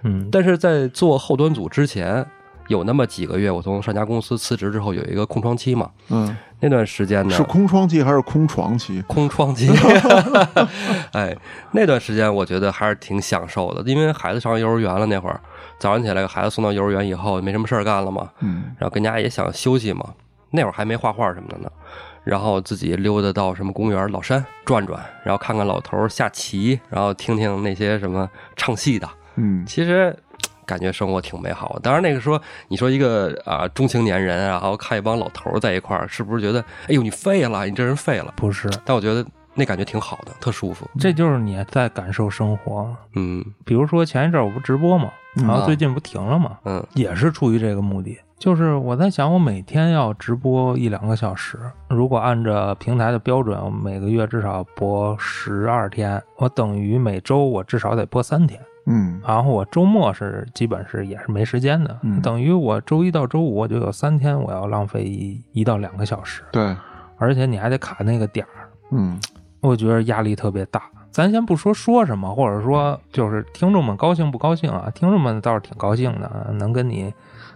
Speaker 2: 嗯，
Speaker 3: 但是在做后端组之前，有那么几个月，我从上家公司辞职之后，有一个空窗期嘛。
Speaker 1: 嗯，
Speaker 3: 那段时间呢，
Speaker 1: 是空窗期还是空床期？
Speaker 3: 空窗期， 哎，那段时间我觉得还是挺享受的，因为孩子上幼儿园了那会儿，早上起来孩子送到幼儿园以后没什么事儿干了嘛，
Speaker 1: 嗯
Speaker 3: 然后跟家也想休息嘛，那会儿还没画画什么的呢，然后自己溜达到什么公园、老山转转，然后看看老头儿下棋，然后听听那些什么唱戏的，
Speaker 1: 嗯，
Speaker 3: 其实感觉生活挺美好的。当然，那个时候你说一个啊、中青年人，然后看一帮老头儿在一块儿，是不是觉得哎呦你废了，你这人废了？
Speaker 2: 不是，
Speaker 3: 但我觉得那感觉挺好的，特舒服。
Speaker 2: 这就是你在感受生活。
Speaker 3: 嗯
Speaker 2: 比如说前一阵儿我不直播嘛，然后最近不停了嘛，
Speaker 3: 嗯
Speaker 2: 也是出于这个目的。就是我在想，我每天要直播一两个小时，如果按照平台的标准，我每个月至少播十二天，我等于每周我至少得播三天。
Speaker 1: 嗯，
Speaker 2: 然后我周末是基本是也是没时间的，
Speaker 1: 嗯
Speaker 2: 等于我周一到周五我就有三天我要浪费一一到两个小时，
Speaker 1: 对，
Speaker 2: 而且你还得卡那个点儿，
Speaker 1: 嗯
Speaker 2: 我觉得压力特别大。咱先不说说什么，或者说就是听众们高兴不高兴啊？听众们倒是挺高兴的，能跟你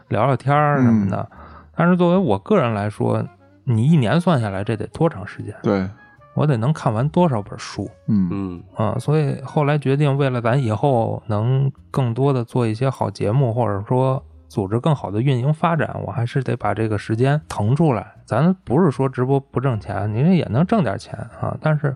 Speaker 2: 聊聊天儿什么的。但是作为我个人来说，你一年算下来这得多长时间？
Speaker 1: 对，
Speaker 2: 我得能看完多少本书
Speaker 1: 嗯
Speaker 3: 嗯
Speaker 2: 啊、所以后来决定，为了咱以后能更多的做一些好节目，或者说组织更好的运营发展，我还是得把这个时间腾出来。咱不是说直播不挣钱，你这也能挣点钱啊，但是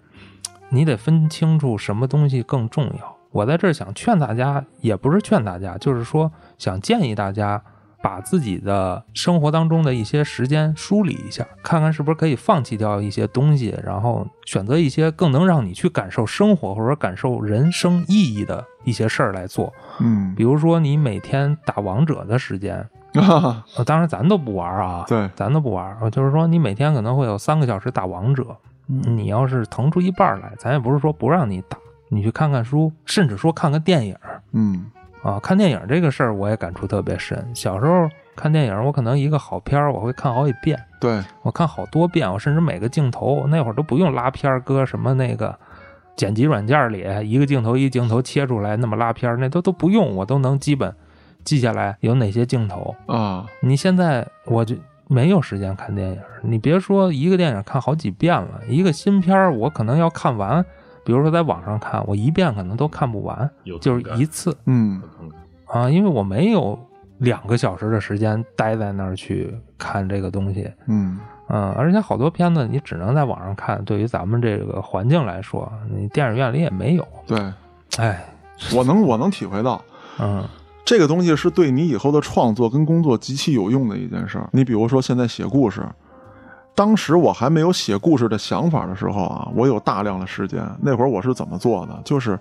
Speaker 2: 你得分清楚什么东西更重要。我在这儿想劝大家，也不是劝大家，就是说想建议大家把自己的生活当中的一些时间梳理一下，看看是不是可以放弃掉一些东西，然后选择一些更能让你去感受生活或者感受人生意义的一些事儿来做。
Speaker 1: 嗯
Speaker 2: 比，如说你每天打王者的时间，
Speaker 1: 啊，
Speaker 2: 呃，当然咱都不玩啊，
Speaker 1: 对
Speaker 2: 咱都不玩。呃就是说你每天可能会有三个小时打王者，嗯你要是腾出一半儿来，咱也不是说不让你打，你去看看书，甚至说看个电影儿
Speaker 1: 嗯
Speaker 2: 啊。看电影这个事儿我也感触特别深，小时候看电影，我可能一个好片儿我会看好几遍，
Speaker 1: 对，
Speaker 2: 我看好多遍，我甚至每个镜头那会儿都不用拉片儿搁什么那个剪辑软件里，一个镜头一个镜头切出来那么拉片儿，那都都不用，我都能基本记下来有哪些镜头。
Speaker 1: 啊，
Speaker 2: 你现在我就没有时间看电影，你别说一个电影看好几遍了，一个新片儿我可能要看完，比如说在网上看，我一遍可能都看不完，
Speaker 4: 有
Speaker 2: 就是
Speaker 4: 同感
Speaker 2: 一次
Speaker 1: 嗯
Speaker 4: 有同感
Speaker 2: 啊，因为我没有两个小时的时间待在那儿去看这个东西。
Speaker 1: 嗯
Speaker 2: 嗯，而且好多片子你只能在网上看，对于咱们这个环境来说，你电影院里也没有。
Speaker 1: 对，
Speaker 2: 哎，
Speaker 1: 我能我能体会到，
Speaker 2: 嗯，
Speaker 1: 这个东西是对你以后的创作跟工作极其有用的一件事儿。你比如说现在写故事，当时我还没有写故事的想法的时候啊，我有大量的时间。那会儿我是怎么做的？就是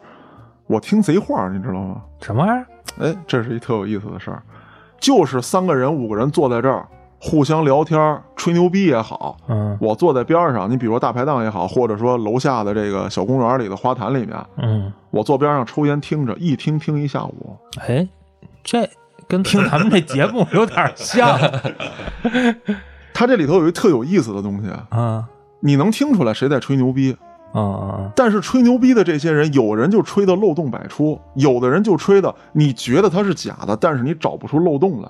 Speaker 1: 我听贼话，你知道吗？
Speaker 2: 什么玩意儿？
Speaker 1: 哎，这是一特有意思的事儿，就是三个人、五个人坐在这儿互相聊天儿、吹牛逼也好，
Speaker 2: 嗯
Speaker 1: 我坐在边儿上，你比如说大排档也好，或者说楼下的这个小公园里的花坛里面，
Speaker 2: 嗯，
Speaker 1: 我坐边上抽烟听着，一听听一下午。
Speaker 2: 哎，这跟听咱们这节目有点像。
Speaker 1: 它这里头有一特有意思的东西，啊
Speaker 2: 嗯
Speaker 1: 你能听出来谁在吹牛逼，
Speaker 2: 嗯嗯
Speaker 1: 但是吹牛逼的这些人，有人就吹的漏洞百出，有的人就吹的你觉得他是假的，但是你找不出漏洞来。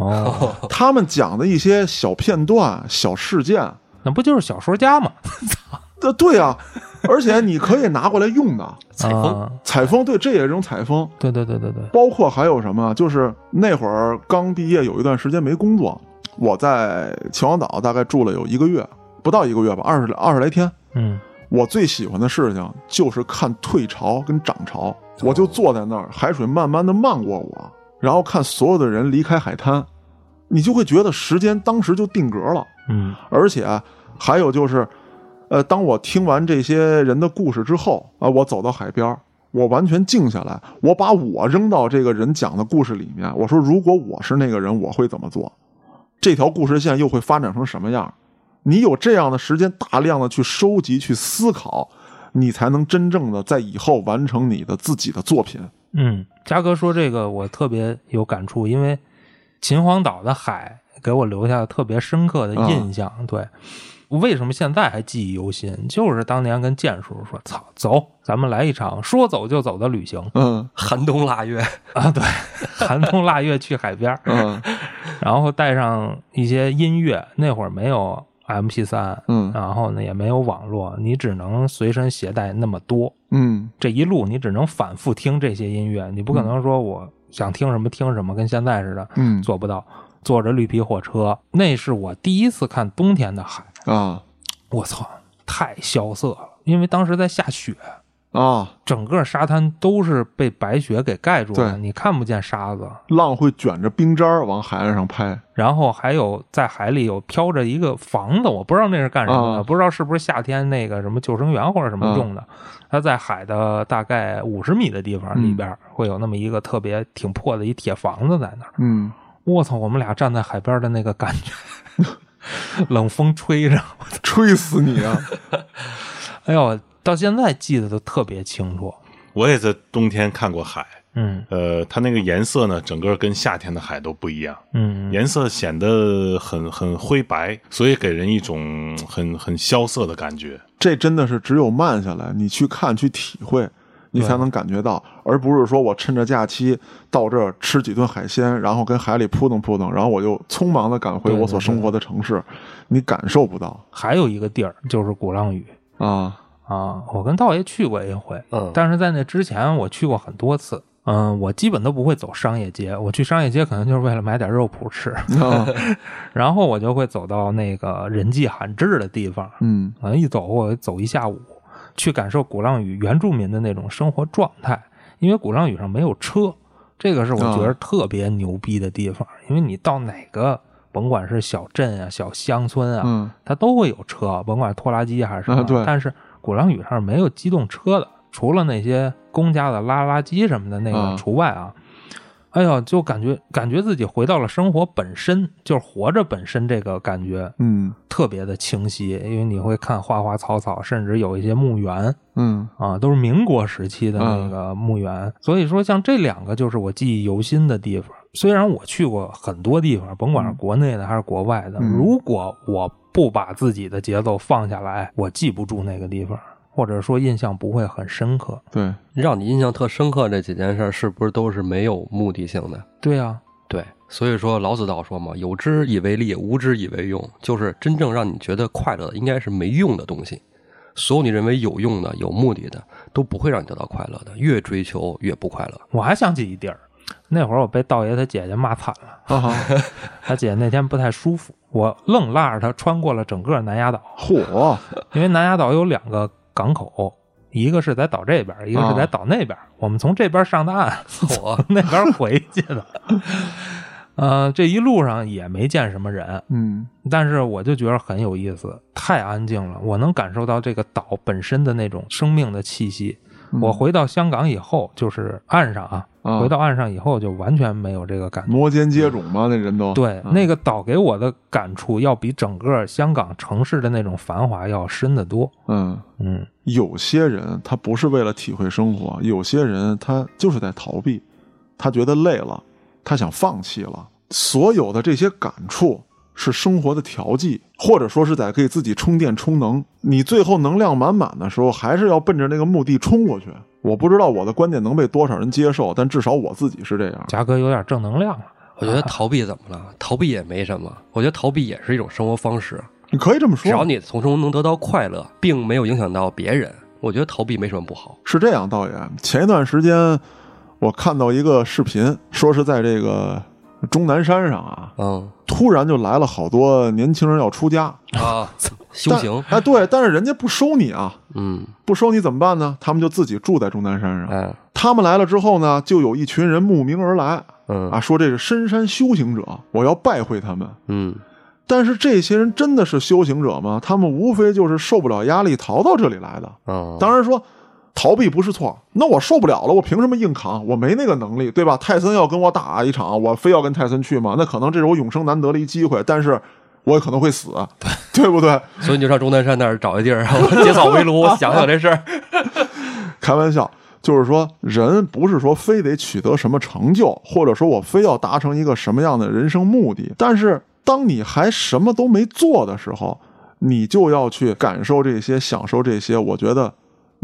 Speaker 2: 嗯， 哦，
Speaker 1: 他们讲的一些小片段、小事件，
Speaker 2: 那不就是小说家吗？
Speaker 1: 呃，对啊，而且你可以拿过来用的。
Speaker 3: 采风，
Speaker 2: 啊
Speaker 1: 采风，对，这也是一种采风。
Speaker 2: 对对对对对，
Speaker 1: 包括还有什么，就是那会儿刚毕业，有一段时间没工作，我在秦皇岛大概住了有一个月，不到一个月吧，二十二十来天。
Speaker 2: 嗯
Speaker 1: 我最喜欢的事情就是看退潮跟涨潮，我就坐在那儿，海水慢慢的漫过我，然后看所有的人离开海滩，你就会觉得时间当时就定格了。
Speaker 2: 嗯
Speaker 1: 而且啊还有就是，呃，当我听完这些人的故事之后啊、我走到海边儿，我完全静下来，我把我扔到这个人讲的故事里面，我说如果我是那个人，我会怎么做？这条故事线又会发展成什么样？你有这样的时间，大量的去收集、去思考，你才能真正的在以后完成你的自己的作品。
Speaker 2: 嗯，嘉哥说这个我特别有感触，因为秦皇岛的海给我留下了特别深刻
Speaker 1: 嗯
Speaker 2: 的印象。对，为什么现在还记忆犹新？就是当年跟建叔说：“操，走，咱们来一场说走就走的旅行
Speaker 1: 嗯
Speaker 3: 寒冬腊月，
Speaker 2: 啊！”对， 寒冬腊月去海边儿，
Speaker 1: 嗯
Speaker 2: 然后带上一些音乐。那会儿没有 MP 三，
Speaker 1: 嗯
Speaker 2: 然后呢也没有网络，你只能随身携带那么多。
Speaker 1: 嗯
Speaker 2: 这一路你只能反复听这些音乐，你不可能说我想听什么听什么，跟现在似的
Speaker 1: 嗯
Speaker 2: 做不到。坐着绿皮火车，那是我第一次看冬天的海，
Speaker 1: 啊
Speaker 2: 我操，太萧瑟了，因为当时在下雪，
Speaker 1: 啊，
Speaker 2: 整个沙滩都是被白雪给盖住了，
Speaker 1: 对
Speaker 2: 你看不见沙子。
Speaker 1: 浪会卷着冰渣儿往海岸上拍。
Speaker 2: 然后还有在海里有飘着一个房子，我不知道那是干什么的，
Speaker 1: 啊
Speaker 2: 不知道是不是夏天那个什么救生员或者什么用的。它在海的大概五十米的地方
Speaker 1: 嗯
Speaker 2: 里边会有那么一个特别挺破的一铁房子在那儿。
Speaker 1: 嗯。
Speaker 2: 我操！我们俩站在海边的那个感觉， 冷风吹着，
Speaker 1: 吹死你啊！
Speaker 2: 哎呦，到现在记得都特别清楚。
Speaker 4: 我也在冬天看过海，
Speaker 2: 嗯
Speaker 4: 呃，它那个颜色呢，整个跟夏天的海都不一样，
Speaker 2: 嗯
Speaker 4: 颜色显得很很灰白，所以给人一种很很萧瑟的感觉。
Speaker 1: 这真的是只有慢下来，你去看、去体会，你才能感觉到，而不是说我趁着假期到这儿吃几顿海鲜，然后跟海里扑腾扑腾，然后我就匆忙的赶回
Speaker 2: 对对
Speaker 1: 我所生活的城市，你感受不到
Speaker 2: 还有一个地儿就是鼓浪屿
Speaker 1: 啊。
Speaker 2: 啊，我跟道爷去过一回，
Speaker 3: 嗯，
Speaker 2: 但是在那之前我去过很多次，嗯、我基本都不会走商业街，我去商业街可能就是为了买点肉脯吃，
Speaker 1: 啊，
Speaker 2: 然后我就会走到那个人迹罕至的地方，
Speaker 1: 嗯
Speaker 2: 可能一走我走一下午，去感受鼓浪屿原住民的那种生活状态。因为鼓浪屿上没有车，这个是我觉得特别牛逼的地方。因为你到哪个，甭管是小镇啊、小乡村啊，
Speaker 1: 嗯
Speaker 2: 它都会有车，甭管是拖拉机还是什么。
Speaker 1: 啊对
Speaker 2: 但是鼓浪屿上是没有机动车的，除了那些公家的拉拉机什么的那
Speaker 1: 啊
Speaker 2: 个除外啊。哎呦，就感觉感觉自己回到了生活本身，就是活着本身这个感觉。
Speaker 1: 嗯
Speaker 2: 特别的清晰，因为你会看花花草草，甚至有一些墓园
Speaker 1: 嗯
Speaker 2: 啊，都是民国时期的那个墓园。所以说，像这两个就是我记忆犹新的地方。虽然我去过很多地方，甭管是国内的还是国外的，
Speaker 1: 嗯
Speaker 2: 如果我不把自己的节奏放下来，我记不住那个地方，或者说印象不会很深刻。
Speaker 1: 对，
Speaker 3: 让你印象特深刻这几件事，是不是都是没有目的性的？
Speaker 2: 对啊，
Speaker 3: 对，所以说老子道说嘛，有之以为利，无之以为用，就是真正让你觉得快乐的，应该是没用的东西。所有你认为有用的、有目的的，都不会让你得到快乐的。越追求越不快乐。
Speaker 2: 我还想起一地儿，那会儿我被道爷他姐姐骂惨了，
Speaker 1: 啊哈，
Speaker 2: 他姐那天不太舒服，我愣拉着她穿过了整个南丫岛。
Speaker 1: 嚯，
Speaker 2: 因为南丫岛有两个港口，一个是在岛这边，一个
Speaker 1: 啊
Speaker 2: 是在岛那边。我们从这边上的 岸，
Speaker 3: 我
Speaker 2: 从那边回去的。呃，这一路上也没见什么人，
Speaker 1: 嗯
Speaker 2: 但是我就觉得很有意思，太安静了，我能感受到这个岛本身的那种生命的气息。
Speaker 1: 嗯
Speaker 2: 我回到香港以后，就是岸上啊，
Speaker 1: 啊，
Speaker 2: 回到岸上以后就完全没有这个感觉。
Speaker 1: 摩肩接踵嘛，那人都
Speaker 2: 对，
Speaker 1: 啊
Speaker 2: 那个岛给我的感触要比整个香港城市的那种繁华要深得多。
Speaker 1: 嗯。
Speaker 2: 嗯，
Speaker 1: 有些人他不是为了体会生活，有些人他就是在逃避，他觉得累了，他想放弃了。所有的这些感触是生活的调剂，或者说是在给自己充电充能。你最后能量满满的时候，还是要奔着那个目的冲过去。我不知道我的观点能被多少人接受，但至少我自己是这样。
Speaker 2: 嘉哥有点正能量了。
Speaker 3: 我觉得逃避怎么了？逃避也没什么，我觉得逃避也是一种生活方式。
Speaker 1: 你可以这么
Speaker 3: 只要
Speaker 1: 说，
Speaker 3: 你从中能得到快乐，并没有影响到别人，我觉得逃避没什么不好。
Speaker 1: 是这样，道爷。前一段时间我看到一个视频，说是在这个终南山上啊，
Speaker 3: 嗯
Speaker 1: 突然就来了好多年轻人要出家
Speaker 3: 啊，修行，
Speaker 1: 但哎，对，但是人家不收你啊，
Speaker 3: 嗯，
Speaker 1: 不收你怎么办呢？他们就自己住在终南山上。
Speaker 3: 哎，
Speaker 1: 他们来了之后呢，就有一群人慕名而来啊，
Speaker 3: 嗯
Speaker 1: 说这是深山修行者，我要拜会他们。
Speaker 3: 嗯，
Speaker 1: 但是这些人真的是修行者吗？他们无非就是受不了压力逃到这里来的。
Speaker 3: 嗯，
Speaker 1: 当然说。逃避不是错，那我受不了了，我凭什么硬扛？我没那个能力，对吧？泰森要跟我打一场，我非要跟泰森去吗？那可能这是我永生难得的一机会，但是我也可能会死，对不对？
Speaker 3: 所以你就上终南山那儿找一 地儿，然后解扫围炉，想想这事儿。
Speaker 1: 开玩笑，就是说人不是说非得取得什么成就，或者说我非要达成一个什么样的人生目的，但是当你还什么都没做的时候，你就要去感受这些，享受这些。我觉得。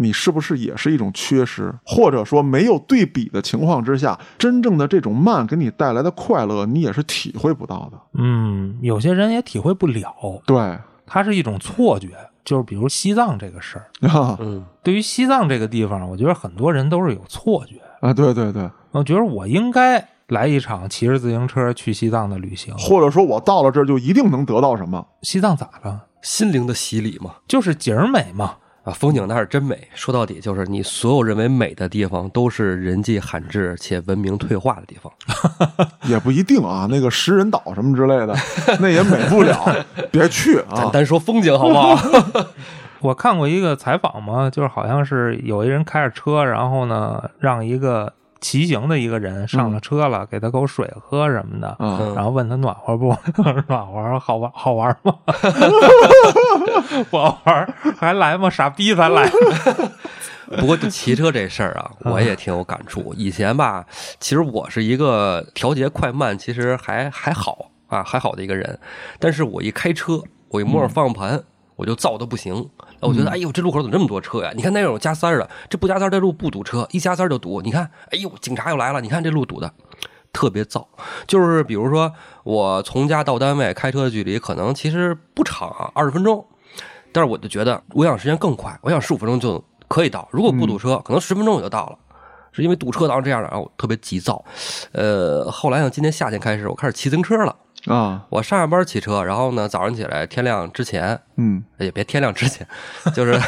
Speaker 1: 你是不是也是一种缺失，或者说没有对比的情况之下，真正的这种慢给你带来的快乐，你也是体会不到的。
Speaker 2: 嗯，有些人也体会不了，
Speaker 1: 对，
Speaker 2: 它是一种错觉，就是比如西藏这个事儿，
Speaker 1: 啊
Speaker 3: 嗯
Speaker 2: 对于西藏这个地方，我觉得很多人都是有错觉，
Speaker 1: 啊，对对对，
Speaker 2: 我觉得我应该来一场骑着自行车去西藏的旅行。
Speaker 1: 或者说我到了这儿就一定能得到什么，
Speaker 2: 西藏咋了？
Speaker 3: 心灵的洗礼嘛，
Speaker 2: 就是景儿美嘛。
Speaker 3: 啊，风景那是真美。说到底，就是你所有认为美的地方，都是人迹罕至且文明退化的地方。
Speaker 1: 也不一定啊，那个食人岛什么之类 的，那也美不了，别去
Speaker 3: 咱
Speaker 1: 啊。
Speaker 3: 单说风景好不好？
Speaker 2: 我看过一个采访嘛，就是好像是有一人开着车，然后呢让一个骑行的一个人上了车了，给他口水喝什么的，
Speaker 1: 啊，
Speaker 3: 嗯
Speaker 2: 然后问他暖和不？ 暖和，好玩好玩吗？ 不好玩儿，还来吗？傻逼才来！
Speaker 3: 不过就骑车这事儿啊，我也挺有感触。以前吧，其实我是一个调节快慢，其实还还好啊，还好的一个人。但是我一开车，我一摸着方向盘，我就燥的不行。我觉得，哎呦，这路口怎么这么多车呀？你看那有加塞儿的，这不加塞儿这路不堵车，一加塞儿就堵。你看，哎呦，警察又来了，你看这路堵的。特别燥，就是比如说我从家到单位开车的距离可能其实不长啊，二十分钟，但是我就觉得我想时间更快，我想十五分钟就可以到，如果不堵车，可能十分钟我就到了。是因为堵车导致这样的，然后我特别急躁。呃，后来呢，今年夏天开始，我开始骑自行车了。
Speaker 1: 啊，
Speaker 3: 我上下班骑车，然后呢，早上起来天亮之前，
Speaker 1: 嗯
Speaker 3: 也别天亮之前， 就是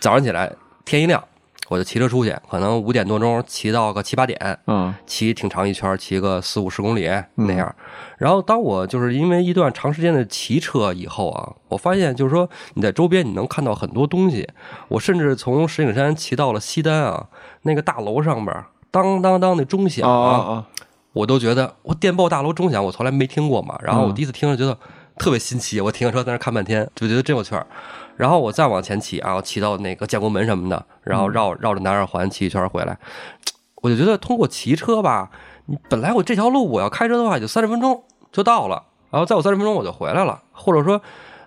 Speaker 3: 早上起来天一亮，我就骑车出去，可能五点多钟骑到个七八点，
Speaker 1: 啊，
Speaker 3: 骑挺长一圈，骑个四五十公里那样。然后当我就是因为一段长时间的骑车以后啊，我发现就是说你在周边你能看到很多东西。我甚至从石景山骑到了西单啊，那个大楼上边儿当当当的钟响
Speaker 1: 啊啊啊，
Speaker 3: 我都觉得我电报大楼钟响，我从来没听过嘛。然后我第一次听着觉得特别新奇，我停个车在那儿看半天，就觉得真有趣儿。然后我再往前骑啊，我骑到那个建国门什么的，然后绕绕着南二环骑一圈儿回来，我就觉得通过骑车吧，你本来我这条路我要开车的话，也就三十分钟就到了，然后再有三十分钟我就回来了，或者说。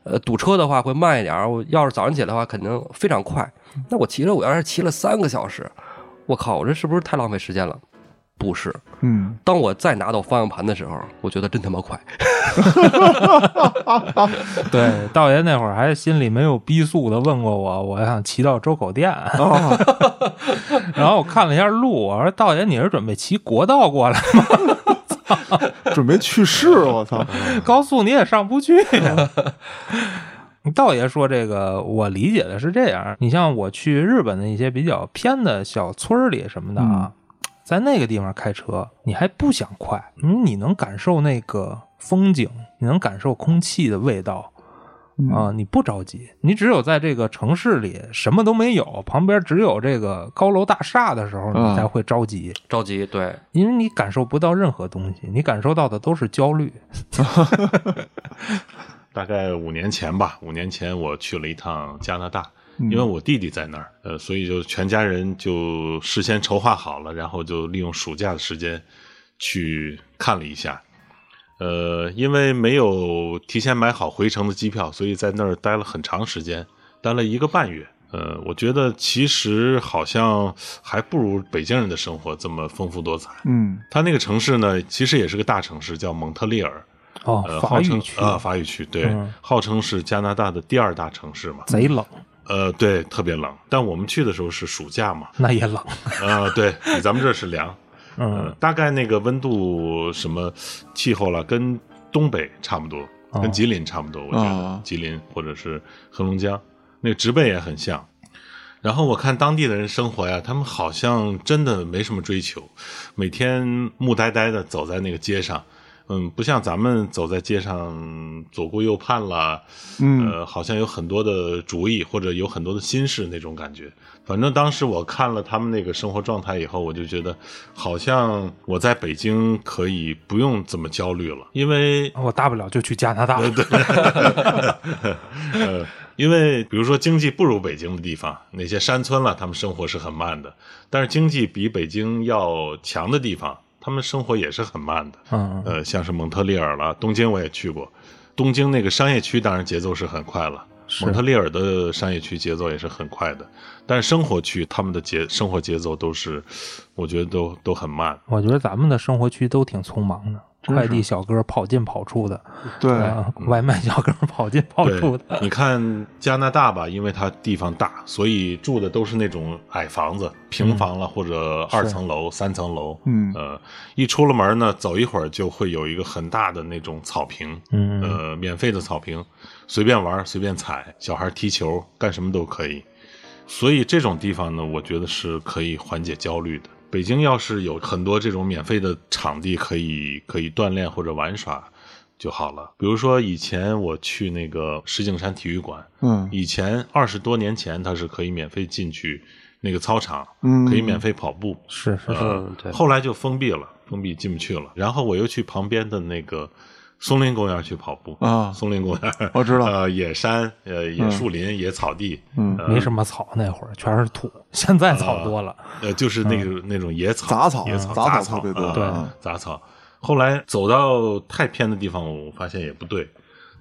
Speaker 3: 呃，堵车的话会慢一点儿，我要是早上起来的话，肯定非常快。那我骑着，我要是骑了三个小时，我靠，我这是不是太浪费时间了？不是，
Speaker 1: 嗯，
Speaker 3: 当我再拿到方向盘的时候，我觉得真他妈快。
Speaker 2: 对， 道爷那会儿还心里没有逼数的问过我，我想骑到周口店，
Speaker 1: 啊，
Speaker 2: 然后我看了一下路，我说道爷你是准备骑国道过来，
Speaker 1: 准备去世，我 操，
Speaker 2: 高速你也上不去呀。道爷说：“这个我理解的是这样，你像我去日本的一些比较偏的小村儿里什么的啊，在那个地方开车，你还不想快，嗯你能感受那个风景，你能感受空气的味道啊、你不着急。你只有在这个城市里什么都没有，旁边只有这个高楼大厦的时候，
Speaker 1: 嗯
Speaker 2: 你才会着急。
Speaker 3: 着急，对，
Speaker 2: 因为你感受不到任何东西，你感受到的都是焦虑。
Speaker 4: 大概五年前吧，五年前我去了一趟加拿大，
Speaker 1: 嗯
Speaker 4: 因为我弟弟在那儿，呃，所以就全家人就事先筹划好了，然后就利用暑假的时间去看了一下。呃，因为没有提前买好回程的机票，所以在那儿待了很长时间，待了一个半月。呃，我觉得其实好像还不如北京人的生活这么丰富多彩。
Speaker 1: 嗯
Speaker 4: 他那个城市呢，其实也是个大城市，叫蒙特利尔。
Speaker 2: 哦
Speaker 4: 呃，，
Speaker 2: 法
Speaker 4: 号
Speaker 2: 语
Speaker 4: 称
Speaker 2: 区
Speaker 4: 啊、法语区对，
Speaker 2: 嗯
Speaker 4: 号称是加拿大的第二大城市嘛。
Speaker 2: 贼冷，
Speaker 4: 呃，对，特别冷，但我们去的时候是暑假嘛，
Speaker 2: 那也冷。
Speaker 4: 呃，对，比咱们这儿是凉，呃
Speaker 2: 嗯，，
Speaker 4: 大概那个温度什么气候了，跟东北差不多，
Speaker 2: 哦
Speaker 4: 跟吉林差不多，我觉
Speaker 1: 啊
Speaker 4: 得吉林或者是黑龙江那个植被也很像。然后我看当地的人生活呀，他们好像真的没什么追求，每天木呆呆的走在那个街上，嗯，不像咱们走在街上左顾右盼啦，
Speaker 1: 嗯
Speaker 4: 呃，好像有很多的主意或者有很多的心事那种感觉。反正当时我看了他们那个生活状态以后，我就觉得好像我在北京可以不用这么焦虑了，因为
Speaker 2: 我大不了就去加拿大。
Speaker 4: 呃，因为比如说经济不如北京的地方，那些山村了，他们生活是很慢的；但是经济比北京要强的地方，他们生活也是很慢的。
Speaker 2: 嗯，
Speaker 4: 呃，像是蒙特利尔了，东京我也去过，东京那个商业区当然节奏是很快了，
Speaker 2: 是
Speaker 4: 蒙特利尔的商业区节奏也是很快的，但是生活区他们的节生活节奏都是，我觉得都都很慢。
Speaker 2: 我觉得咱们的生活区都挺匆忙的，
Speaker 1: 真是
Speaker 2: 快递小哥跑进跑出的，
Speaker 1: 对，
Speaker 2: 啊外卖小哥跑进跑
Speaker 4: 嗯对
Speaker 2: 出的，。
Speaker 4: 你看加拿大吧，因为它地方大，所以住的都是那种矮房子、
Speaker 2: 嗯
Speaker 4: 平房了，或者二层楼、三层楼。
Speaker 1: 嗯
Speaker 4: 呃，一出了门呢，走一会儿就会有一个很大的那种草坪，
Speaker 2: 嗯
Speaker 4: 呃，免费的草坪，随便玩儿、随便踩，小孩踢球，干什么都可以。所以这种地方呢，我觉得是可以缓解焦虑的。北京要是有很多这种免费的场地可以可以锻炼或者玩耍就好了。比如说以前我去那个石景山体育馆，
Speaker 1: 嗯
Speaker 4: 以前二十多年前它是可以免费进去那个操场，
Speaker 1: 嗯
Speaker 4: 可以免费跑步，
Speaker 2: 是是是，
Speaker 4: 呃
Speaker 3: 嗯对
Speaker 4: 后来就封闭了，封闭进不去了。然后我又去旁边的那个松林公园去跑步
Speaker 1: 啊
Speaker 4: 松林公园
Speaker 1: 我知道
Speaker 4: 呃，野山，呃，野树林，野草地，
Speaker 1: 嗯，
Speaker 4: 呃
Speaker 2: 没什么草，那会儿全是土，现在草多了。
Speaker 4: 呃，就是那个、那种野草，
Speaker 1: 嗯杂草
Speaker 4: 野草，
Speaker 1: 杂草
Speaker 4: 杂
Speaker 1: 特别多
Speaker 4: 啊
Speaker 1: 对
Speaker 4: 杂草。后来走到太偏的地方，我发现也不对，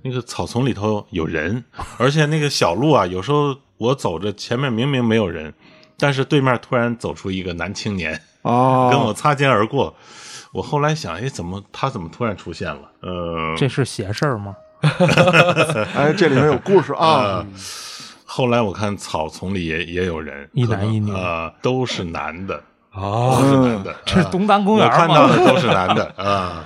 Speaker 4: 那个草丛里头 有人，而且那个小路啊，有时候我走着，前面明明没有人，但是对面突然走出一个男青年，
Speaker 1: 哦，
Speaker 4: 跟我擦肩而过。我后来想，哎，怎么他怎么突然出现了？呃，
Speaker 2: 这是邪事儿吗？
Speaker 1: 哎，这里面有故
Speaker 4: 呃
Speaker 1: 事
Speaker 2: 哦
Speaker 1: 啊，
Speaker 4: 后来我看草丛里也也有人，
Speaker 2: 一
Speaker 4: 可
Speaker 2: 男
Speaker 4: 能
Speaker 2: 一女
Speaker 4: 呃，都是男的。
Speaker 3: 哦，
Speaker 1: 嗯
Speaker 4: 是男的，
Speaker 2: 这是东单公
Speaker 4: 呃我
Speaker 2: 园
Speaker 4: 看到
Speaker 2: 吗？
Speaker 4: 的都是男的啊。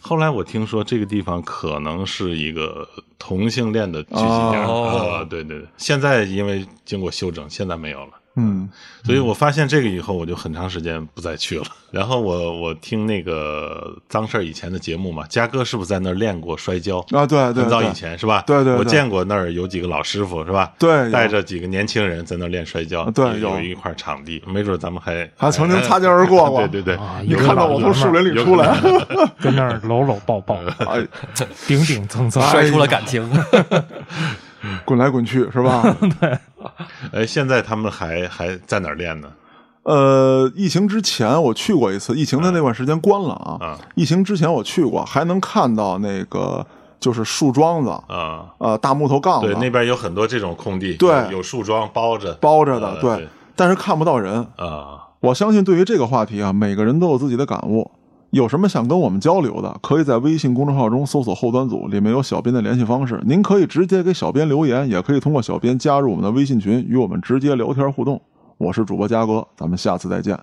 Speaker 4: 后来我听说这个地方可能是一个同性恋的聚集地儿、
Speaker 3: 哦
Speaker 4: 啊，对对对。现在因为经过修整，现在没有了。
Speaker 1: 嗯
Speaker 4: 所以我发现这个以后，我就很长时间不再去了。然后我我听那个脏事儿以前的节目嘛，嘉哥是不是在那儿练过摔跤？
Speaker 1: 啊，对对
Speaker 4: 很早
Speaker 1: 对
Speaker 4: 以前是吧？
Speaker 1: 对对对
Speaker 4: 我见过那儿有几个老师傅是吧？
Speaker 1: 对有啊
Speaker 4: 带着几个年轻人在那儿练摔跤，
Speaker 1: 对
Speaker 4: 也有
Speaker 1: 有
Speaker 4: 一块场地，没准咱们还
Speaker 1: 还曾经擦肩而过过
Speaker 4: 对对对，
Speaker 2: 啊
Speaker 1: 你
Speaker 2: 有
Speaker 1: 看到
Speaker 2: 老
Speaker 1: 我
Speaker 2: 爷
Speaker 1: 从
Speaker 2: 们儿
Speaker 1: 树林里
Speaker 4: 有
Speaker 1: 出来，
Speaker 2: 跟那儿搂搂抱抱，
Speaker 1: 哎，
Speaker 2: 顶顶蹭蹭，
Speaker 3: 摔出了感情。
Speaker 1: 滚来滚去是 吧？
Speaker 4: 哎，现在他们还还在哪儿练呢？
Speaker 1: 呃，疫情之前我去过一次，疫情的那段时间关了啊。
Speaker 4: 啊
Speaker 1: 疫情之前我去过，还能看到那个就是树桩子，
Speaker 4: 啊，
Speaker 1: 呃，大木头杠子，
Speaker 4: 对，那边有很多这种空地，
Speaker 1: 对
Speaker 4: 有有树桩包着
Speaker 1: 包着的，
Speaker 4: 呃
Speaker 1: 对，但是看不到人。
Speaker 4: 啊，
Speaker 1: 我相信对于这个话题啊，每个人都有自己的感悟。有什么想跟我们交流的，可以在微信公众号中搜索“后端组”，里面有小编的联系方式。您可以直接给小编留言，也可以通过小编加入我们的微信群，与我们直接聊天互动。我是主播嘉哥，咱们下次再见。